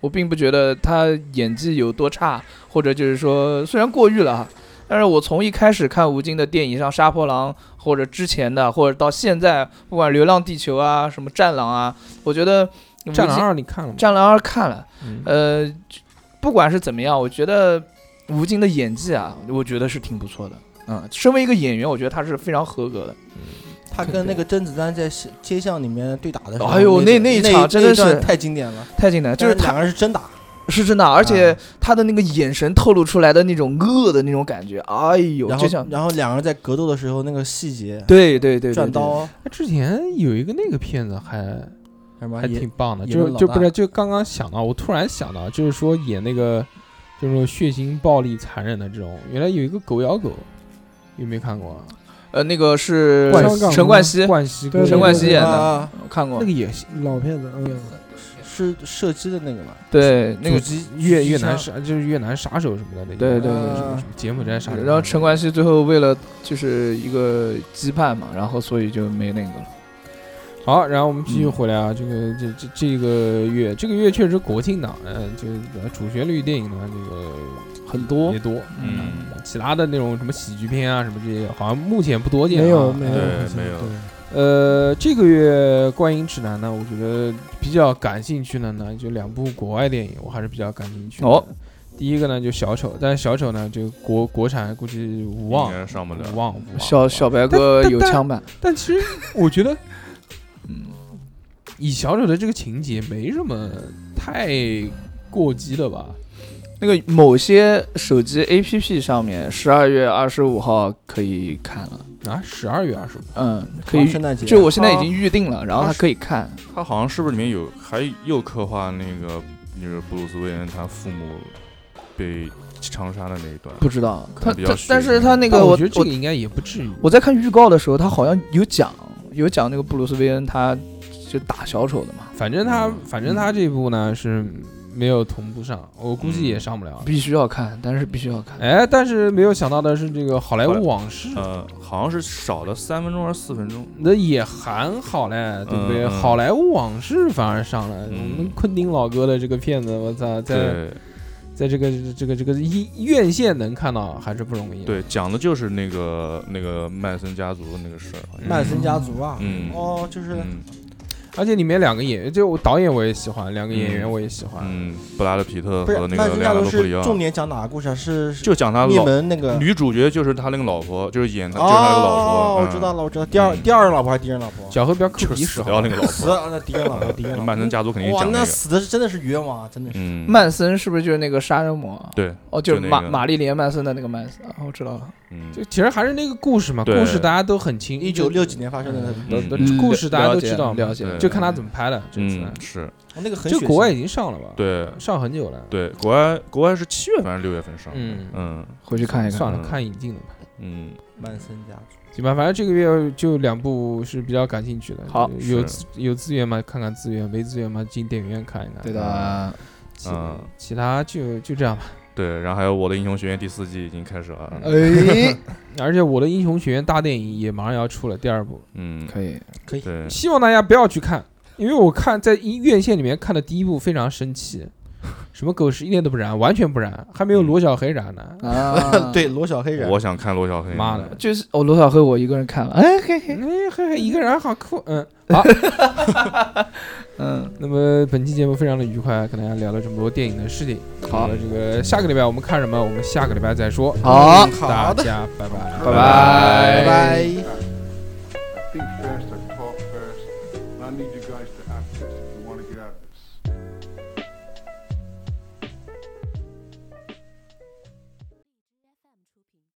[SPEAKER 5] 我并不觉得他演技有多差，或者就是说虽然过誉了哈，但是我从一开始看吴京的电影，像《杀破狼》或者之前的，或者到现在，不管《流浪地球》啊、什么《战狼》啊，我觉得吴京
[SPEAKER 1] 《
[SPEAKER 5] 《
[SPEAKER 4] 嗯
[SPEAKER 1] 战狼二》你看了吗？
[SPEAKER 5] 战狼二》看了，
[SPEAKER 1] 嗯
[SPEAKER 5] 呃，不管是怎么样，我觉得吴京的演技啊，我觉得是挺不错的。嗯，身为一个演员，我觉得他是非常合格的。
[SPEAKER 2] 他跟那个甄子丹在街街巷里面对打的时候，
[SPEAKER 5] 哎呦那那
[SPEAKER 2] 那
[SPEAKER 5] 一场真的是
[SPEAKER 2] 段太经典了，
[SPEAKER 5] 太经典了，就
[SPEAKER 2] 就是是
[SPEAKER 5] 他
[SPEAKER 2] 两个人是真打，
[SPEAKER 5] 是真的，而且
[SPEAKER 2] 啊
[SPEAKER 5] 他的那个眼神透露出来的那种恶的那种感觉，哎呦，
[SPEAKER 2] 然
[SPEAKER 5] 就像
[SPEAKER 2] 后然后两个人在格斗的时候那个细节，
[SPEAKER 5] 对对对对
[SPEAKER 2] 转
[SPEAKER 5] 对
[SPEAKER 2] 刀
[SPEAKER 1] 哎之前有一个那个片子还
[SPEAKER 2] 什么
[SPEAKER 1] 还
[SPEAKER 2] 也
[SPEAKER 1] 挺棒的，
[SPEAKER 2] 也
[SPEAKER 1] 就是
[SPEAKER 2] 是老
[SPEAKER 1] 就不
[SPEAKER 2] 大
[SPEAKER 1] 是就刚刚想到，我突然想到，就是说演那个就是血腥、暴力、残忍的这种，原来有一个狗咬狗，有没有看过啊？
[SPEAKER 5] 呃，那个是
[SPEAKER 3] 冠希
[SPEAKER 5] 陈冠希，
[SPEAKER 1] 冠希
[SPEAKER 3] 对
[SPEAKER 1] 哥
[SPEAKER 5] 陈冠希演的
[SPEAKER 2] 啊
[SPEAKER 5] 我看过
[SPEAKER 1] 那，个也是
[SPEAKER 3] 老片子，嗯，
[SPEAKER 2] 是射击的那个嘛，
[SPEAKER 5] 对那
[SPEAKER 1] 主
[SPEAKER 5] 个，
[SPEAKER 1] 机越越南
[SPEAKER 2] 机
[SPEAKER 1] 杀就是越南杀手什么的那个，
[SPEAKER 5] 对对
[SPEAKER 1] 什
[SPEAKER 5] 对
[SPEAKER 2] 对
[SPEAKER 1] 么什么柬埔寨杀手，
[SPEAKER 5] 然后陈冠希最后为了就是一个羁绊嘛，然后所以就没那个了。
[SPEAKER 1] 好，然后我们继
[SPEAKER 5] 嗯
[SPEAKER 1] 续回来啊，这个这这这个月这个月确实国庆档，嗯，这个主旋律电影呢这个很多也多，
[SPEAKER 4] 嗯，
[SPEAKER 1] 其他的那种什么喜剧片啊什么这些，好像目前不多见、啊。
[SPEAKER 3] 没有没有
[SPEAKER 1] 呃
[SPEAKER 4] 对
[SPEAKER 3] 好像
[SPEAKER 4] 没有
[SPEAKER 3] 对
[SPEAKER 1] 呃，这个月《观影指南》呢，我觉得比较感兴趣的呢，就两部国外电影，我还是比较感兴趣的。
[SPEAKER 5] 哦
[SPEAKER 1] 第一个呢就小丑，但是小丑呢，这个国国产估计无望
[SPEAKER 4] 应，该上不了
[SPEAKER 1] 无望，无望。
[SPEAKER 5] 嗯小小，白哥
[SPEAKER 1] 但
[SPEAKER 5] 有
[SPEAKER 1] 但
[SPEAKER 5] 枪版，
[SPEAKER 1] 但其实我觉得
[SPEAKER 5] 嗯，
[SPEAKER 1] 以小丑的这个情节没什么太过激的吧。
[SPEAKER 5] 那个某些手机 APP 上面，十二月二十五号可以看了，
[SPEAKER 1] 啊，十二月二十五，
[SPEAKER 5] 嗯，可
[SPEAKER 1] 哦
[SPEAKER 2] 刚
[SPEAKER 5] 以
[SPEAKER 2] 圣，诞节
[SPEAKER 5] 就我现在已经预定了，然后还可以看，
[SPEAKER 4] 他好像是不是里面有还又刻画那个就是布鲁斯韦恩他父母被枪杀的那一段？
[SPEAKER 5] 不知道
[SPEAKER 4] 可
[SPEAKER 5] 他
[SPEAKER 4] 能比较
[SPEAKER 5] 他，
[SPEAKER 4] 悬
[SPEAKER 5] 但是他那
[SPEAKER 1] 但
[SPEAKER 5] 个
[SPEAKER 1] 我
[SPEAKER 5] 我
[SPEAKER 1] 觉得这
[SPEAKER 5] 我
[SPEAKER 1] 个应该也不至于。
[SPEAKER 5] 我在看预告的时候，他好像有讲有讲那个布鲁斯韦恩他就打小丑的嘛，
[SPEAKER 1] 反正他，反正他这部呢是没有同步上，我估计也上不了。
[SPEAKER 5] 必须要看，但是必须要看，
[SPEAKER 1] 哎，但是没有想到的是，这个《好莱
[SPEAKER 4] 好莱
[SPEAKER 1] 坞往事》
[SPEAKER 4] 呃，好像是少了三分钟还是四分钟？
[SPEAKER 1] 那也还好嘞，对不对？
[SPEAKER 4] 嗯嗯
[SPEAKER 1] 好莱坞往事反而上了，
[SPEAKER 4] 嗯
[SPEAKER 1] 我们昆汀老哥的这个片子，我操，在
[SPEAKER 4] 对
[SPEAKER 1] 在这个这个这个一院线能看到还是不容易。，
[SPEAKER 4] 对，讲的就是那个那个曼森家族的那个事儿。好像
[SPEAKER 2] 曼森家族啊，
[SPEAKER 4] 嗯
[SPEAKER 2] 哦，就是
[SPEAKER 4] 嗯
[SPEAKER 1] 而且里面两个演员，就我导演我也喜欢，两个演员
[SPEAKER 4] 嗯
[SPEAKER 1] 我也喜欢。
[SPEAKER 4] 嗯，布拉德皮特
[SPEAKER 2] 不是
[SPEAKER 4] 和那
[SPEAKER 2] 曼
[SPEAKER 4] 个
[SPEAKER 2] 森
[SPEAKER 4] 莱
[SPEAKER 2] 家
[SPEAKER 4] 昂
[SPEAKER 2] 族
[SPEAKER 4] 纳多布里
[SPEAKER 2] 是
[SPEAKER 4] 奥，
[SPEAKER 2] 重点讲哪个故事啊？是是
[SPEAKER 4] 就讲他
[SPEAKER 2] 灭
[SPEAKER 4] 老
[SPEAKER 2] 门那个
[SPEAKER 4] 女主角就是他那个老婆，就是演他就是他那个老
[SPEAKER 2] 哦
[SPEAKER 4] 婆。，
[SPEAKER 2] 我知道
[SPEAKER 4] 嗯，
[SPEAKER 2] 了，我知道，第二
[SPEAKER 4] 嗯
[SPEAKER 2] 第二任老婆还是第一任老婆？
[SPEAKER 1] 小何不要
[SPEAKER 4] 就
[SPEAKER 1] 抠
[SPEAKER 4] 是
[SPEAKER 1] 鼻
[SPEAKER 4] 死
[SPEAKER 1] 屎
[SPEAKER 4] 掉
[SPEAKER 1] 好
[SPEAKER 4] 那
[SPEAKER 1] 吧，
[SPEAKER 4] 个老
[SPEAKER 2] 死
[SPEAKER 4] 婆。
[SPEAKER 2] 了，那第一任老婆，第一 任老婆。嗯
[SPEAKER 4] 曼森家族肯定
[SPEAKER 2] 哇，
[SPEAKER 4] 讲
[SPEAKER 2] 那
[SPEAKER 4] 个。
[SPEAKER 2] 死的是真的是冤枉啊，真的是。
[SPEAKER 4] 嗯，
[SPEAKER 5] 曼森是不是就是那个杀人魔？
[SPEAKER 4] 对，
[SPEAKER 5] 哦，就是
[SPEAKER 4] 就那
[SPEAKER 5] 玛
[SPEAKER 4] 个
[SPEAKER 5] 玛丽莲曼森的那个曼森，啊我知道了，
[SPEAKER 4] 嗯，
[SPEAKER 1] 就其实还是那个故事嘛，
[SPEAKER 4] 对
[SPEAKER 1] 故事大家都很清。
[SPEAKER 2] 一九六几年发生的，
[SPEAKER 1] 都
[SPEAKER 4] 嗯
[SPEAKER 1] 都故事大家都
[SPEAKER 5] 了解
[SPEAKER 1] 知道嘛，
[SPEAKER 5] 了解，
[SPEAKER 4] 对
[SPEAKER 1] 就看他怎么拍了。这次
[SPEAKER 4] 嗯是，
[SPEAKER 2] 哦那个很
[SPEAKER 1] 就
[SPEAKER 2] 血腥
[SPEAKER 1] 国外已经上了吧？，
[SPEAKER 4] 对
[SPEAKER 1] 上很久了。
[SPEAKER 4] 对，国外国外是七月份还是六月份上？
[SPEAKER 1] 嗯
[SPEAKER 4] 嗯
[SPEAKER 5] 回去看一看。
[SPEAKER 1] 算了，
[SPEAKER 4] 嗯
[SPEAKER 1] 看引进的吧。
[SPEAKER 4] 嗯
[SPEAKER 2] 曼森家族，，
[SPEAKER 1] 行吧，反正这个月就两部是比较感兴趣的。
[SPEAKER 5] 好
[SPEAKER 1] 有
[SPEAKER 4] 是
[SPEAKER 1] 资有资源嘛，看看资源；没资源嘛，进电影院看一看。
[SPEAKER 5] 对的，
[SPEAKER 1] 其
[SPEAKER 4] 嗯
[SPEAKER 1] 其他就就这样吧。
[SPEAKER 4] 对，然后还有《我的英雄学院》第四季已经开始了，
[SPEAKER 1] 呃
[SPEAKER 5] 哎，
[SPEAKER 1] 而且我的英雄学院大电影也马上要出了第二部，
[SPEAKER 4] 嗯，
[SPEAKER 5] 可以，
[SPEAKER 4] 对，
[SPEAKER 1] 希望大家不要去看，因为我看在一院线里面看的第一部非常生 气，什么狗屎一点都不燃，完全不燃，还没
[SPEAKER 4] 嗯
[SPEAKER 1] 有罗小黑燃呢。
[SPEAKER 5] 啊
[SPEAKER 2] 对，罗小黑人，
[SPEAKER 4] 我想看罗小黑，
[SPEAKER 1] 妈的，
[SPEAKER 5] 就是哦，罗小黑我一个人看了，哎嘿嘿，
[SPEAKER 1] 哎嘿嘿，一个人好酷，嗯，好。
[SPEAKER 5] 嗯，
[SPEAKER 1] 那么本期节目非常的愉快，跟大家聊了这么多电影的事情。
[SPEAKER 5] 好
[SPEAKER 1] 那这个下个礼拜我们看什么？我们下个礼拜再说。
[SPEAKER 5] 好，
[SPEAKER 2] 好
[SPEAKER 1] 大
[SPEAKER 2] 的，
[SPEAKER 1] 家拜嗯拜。
[SPEAKER 5] 拜拜
[SPEAKER 2] 拜拜。
[SPEAKER 6] Think first and talk first. And I need you guys to act if you want to get out of this.